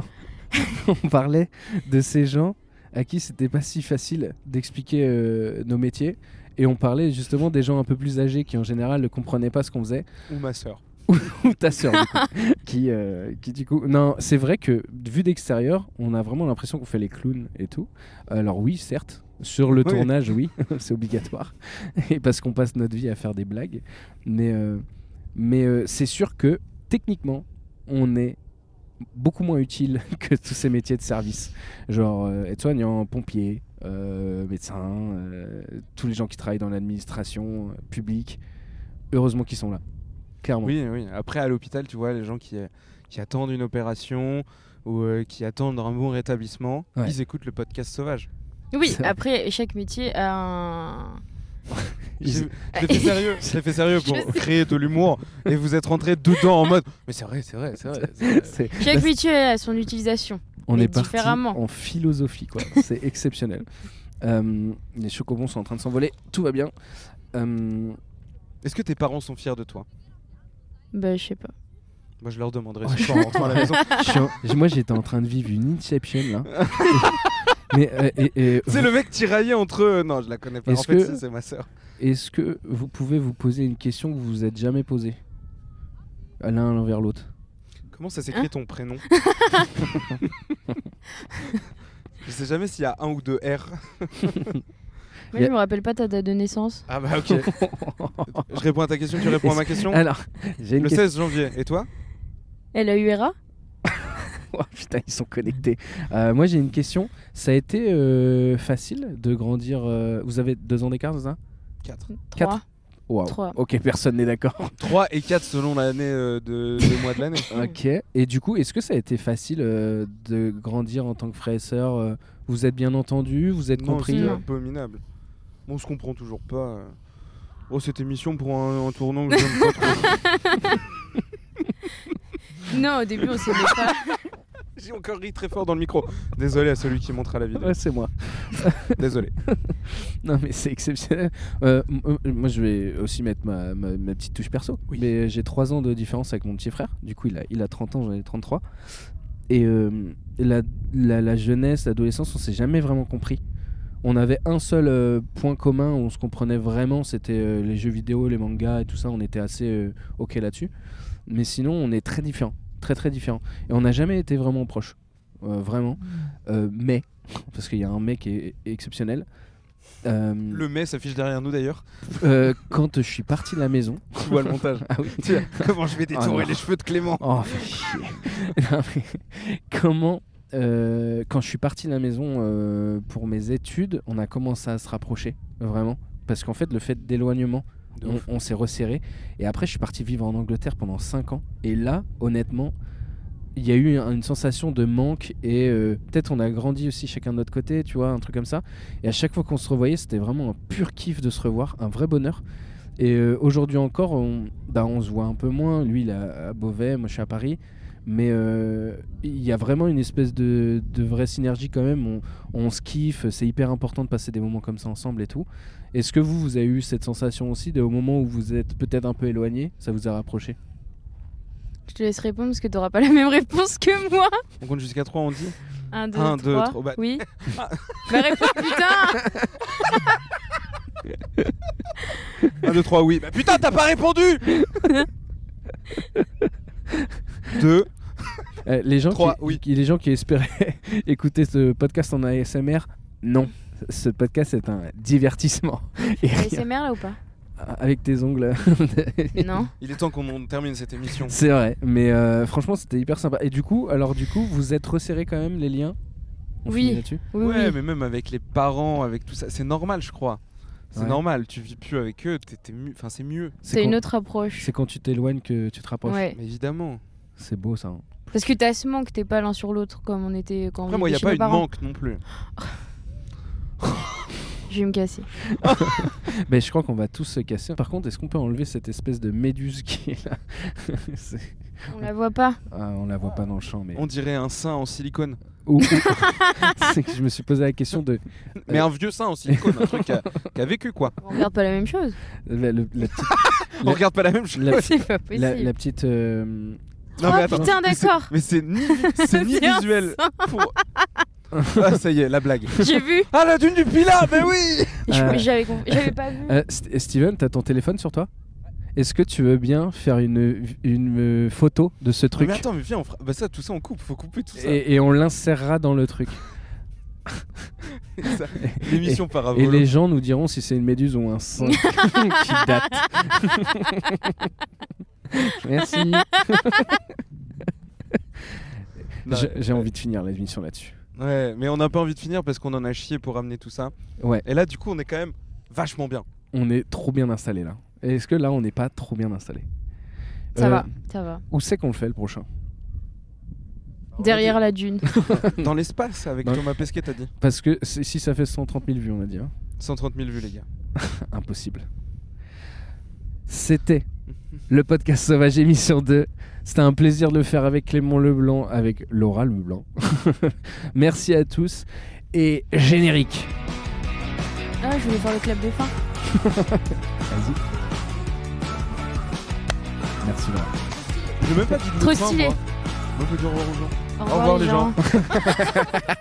on parlait de ces gens à qui c'était pas si facile d'expliquer euh, nos métiers. Et on parlait justement des gens un peu plus âgés qui en général ne comprenaient pas ce qu'on faisait.
Ou ma soeur
Ou ta sœur, du coup, qui, euh, qui du coup... Non, c'est vrai que vu d'extérieur, on a vraiment l'impression qu'on fait les clowns et tout. Alors oui, certes, sur le
Oui.
tournage, oui, c'est obligatoire. Et parce qu'on passe notre vie à faire des blagues. Mais, euh, mais euh, c'est sûr que techniquement, on est beaucoup moins utile que tous ces métiers de service. Genre euh, aide-soignant, pompier, euh, médecin, euh, tous les gens qui travaillent dans l'administration euh, publique. Heureusement qu'ils sont là. Clairement.
Oui, oui. Après, à l'hôpital, tu vois, les gens qui, qui attendent une opération ou euh, qui attendent un bon rétablissement,
Ouais.
ils écoutent le podcast sauvage.
Oui.
C'est vrai.
Après, chaque métier a un.
Ils-
J'ai- Je l'ai fait sérieux, je l'ai fait sérieux
Je
pour
sais.
créer de l'humour et vous êtes rentrés dedans en mode Mais c'est vrai, c'est vrai, c'est vrai. c'est vrai.
C'est- bah,
Chaque métier a son utilisation.
on
mais
est parti
différemment.
en philosophie, quoi. C'est exceptionnel. Euh, les chocobons sont en train de s'envoler, tout va bien. Euh,
Est-ce que tes parents sont fiers de toi
Bah, je sais pas.
Moi, je leur demanderai
Oh,
ce soir en rentrant à la maison.
je suis en- j- moi j'étais en train de vivre une inception là. Mais euh, et- et-
C'est le mec tiraillé entre eux. Non, je la connais pas. En
Est-ce
fait,
que-
si, c'est ma sœur.
est-ce que vous pouvez vous poser une question que vous vous êtes jamais posée l'un l'envers l'autre
Comment ça s'écrit ton prénom Je sais jamais s'il y a un ou deux R.
Moi,
Y a-
je me rappelle pas ta date de naissance.
Ah bah ok. Ah, Je réponds à ta question, tu réponds à ma question.
Alors, j'ai une
Le
question.
16 janvier. Et toi
Elle a eu RA
Oh, putain, ils sont connectés. Euh, moi, j'ai une question. Ça a été euh, facile de grandir. euh, Vous avez deux ans d'écart, c'est ça
4.
3.
Waouh.
Trois.
Ok, personne n'est d'accord.
3 et 4 selon l'année euh, de, le mois de l'année.
ok. Et du coup, est-ce que ça a été facile euh, de grandir en tant que frère et sœur euh, Vous êtes bien entendu Vous êtes
Non,
compris
c'est
Non.
abominable. On se comprend toujours pas. euh. Oh, cette émission pour un, un tournant que j'aime pas trop.
Non, au début, on s'aimait pas.
J'ai encore ri très fort dans le micro. Désolé à celui qui montre à la vidéo.
Ouais, c'est moi.
Désolé.
Non, mais c'est exceptionnel. Euh, m- euh, moi, je vais aussi mettre ma, ma- ma petite touche perso. Mais euh, j'ai 3 ans de différence avec mon petit frère. Du coup, il a, il a 30 ans, j'en ai 33. Et euh, la, la- la jeunesse, l'adolescence, on s'est jamais vraiment compris. On avait un seul euh, point commun où on se comprenait vraiment, c'était euh, les jeux vidéo, les mangas et tout ça. On était assez euh, OK là-dessus. Mais sinon, on est très différents. Très, très différents. Et on n'a jamais été vraiment proches. Euh, vraiment. Euh, mais, parce qu'il y a un mec qui est exceptionnel. Euh,
Le mai s'affiche derrière nous d'ailleurs.
euh, quand je suis parti de la maison.
Tu vois le montage.
Ah oui.
Tiens, comment je vais détourer
non.
les cheveux de Clément
Oh, fais chier. Non, mais comment. euh, quand je suis parti de la maison euh, pour mes études, on a commencé à se rapprocher, vraiment. Parce qu'en fait, le fait d'éloignement,
De
on,
ouf.
on s'est resserré. Et après, je suis parti vivre en Angleterre pendant 5 ans. Et là, honnêtement, il y a eu un- une sensation de manque. Et euh, peut-être on a grandi aussi chacun de notre côté, tu vois, un truc comme ça. Et à chaque fois qu'on se revoyait, c'était vraiment un pur kiff de se revoir, un vrai bonheur. Et euh, aujourd'hui encore, on, bah, on se voit un peu moins. Lui, il est à à Beauvais, moi je suis à Paris. Mais euh, il y a vraiment une espèce de, de vraie synergie quand même. On, on se kiffe, c'est hyper important de passer des moments comme ça ensemble et tout. Est-ce que vous, vous avez eu cette sensation aussi de, au moment où vous êtes peut-être un peu éloigné, ça vous a rapproché
Je te laisse répondre parce que t'auras pas la même réponse que moi.
On compte jusqu'à 3, on dit
1, 2,
Un,
3.
deux, trois, bah-
Oui. Ma réponse, putain
1, 2, 3, oui. Bah putain, t'as pas répondu 2.
Euh, les, gens
Trois,
qui,
oui.
qui- les gens qui espéraient écouter ce podcast en ASMR, non. Ce podcast est un divertissement. Et rien.
ASMR là ou pas
Avec tes ongles.
Non.
Il est temps qu'on mon- termine cette émission.
C'est vrai, mais euh, franchement c'était hyper sympa. Et du coup, alors du coup, vous êtes resserré quand même les liens On
Oui.
finit là-dessus
Oui,
ouais,
oui.
mais même avec les parents, avec tout ça, c'est normal, je crois. C'est
Ouais.
normal, tu vis plus avec eux, t'es- t'es mieux- enfin c'est mieux.
C'est
C'est une
quand-
autre approche.
C'est quand tu t'éloignes que tu te rapproches.
Ouais.
Mais évidemment.
C'est beau ça. hein.
Parce que t'as ce manque, t'es pas l'un sur l'autre comme on était quand
Après
on
moi, il
vivait
y a
chez
pas une
nos parents.
manque non plus.
Je vais me casser.
Mais je crois qu'on va tous se casser. Par contre, est-ce qu'on peut enlever cette espèce de méduse qui est là C'est-
On la voit pas.
Ah, On la voit pas dans le champ, mais.
On dirait un sein en silicone.
Ou- ou- C'est que je me suis posé la question de
Mais un vieux sein en silicone, un truc qui a, qui a vécu quoi.
On regarde pas la même chose.
la, le- la petite,
On regarde pas la même chose.
la-
C'est pas possible.
la- la petite, euh,
Non, mais
oh
attends.
putain,
Mais c'est-
d'accord.
Mais c'est ni, c'est ni
C'est un
visuel. pour- Ah ça y est, la blague.
J'ai vu.
Ah la dune du Pilat, mais oui
Je-
Euh.
J'avais compris- j'avais pas vu.
Euh, St- Steven, t'as ton téléphone sur toi Est-ce que tu veux bien faire une, une euh, photo de ce truc
Mais attends, mais viens, on fera- bah ça, tout ça on coupe, faut couper tout ça.
et, et on l'insérera dans le truc.
Ça, L'émission par
Et les gens nous diront si c'est une méduse ou un singe qui date. Merci. Je-
euh,
J'ai envie de finir l'émission là-dessus.
Ouais, mais on a pas envie de finir parce qu'on en a chié pour ramener tout ça.
Ouais,
Et là, du coup, on est quand même vachement bien.
on est trop bien installé là. Est-ce que là, on n'est pas trop bien installé
Ça
Euh,
va, ça va.
Où c'est qu'on le fait le prochain
Derrière la dune.
Dans l'espace avec
Dans-
Thomas Pesquet, t'as dit
Parce que c'est- si ça fait 130 000 vues, on a dit. hein.
130 000 vues, les gars.
impossible. C'était le podcast Sauvage émission 2. C'était un plaisir de le faire avec Clément Leblanc, avec Laura Leblanc. Merci à tous et générique.
Ah, je voulais faire le clap de fin.
Vas-y. Merci Laura.
Je l'ai même pas dit de
Trop
fin,
stylé.
moi. Moi, je veux dire au revoir aux gens.
Au
revoir, les gens.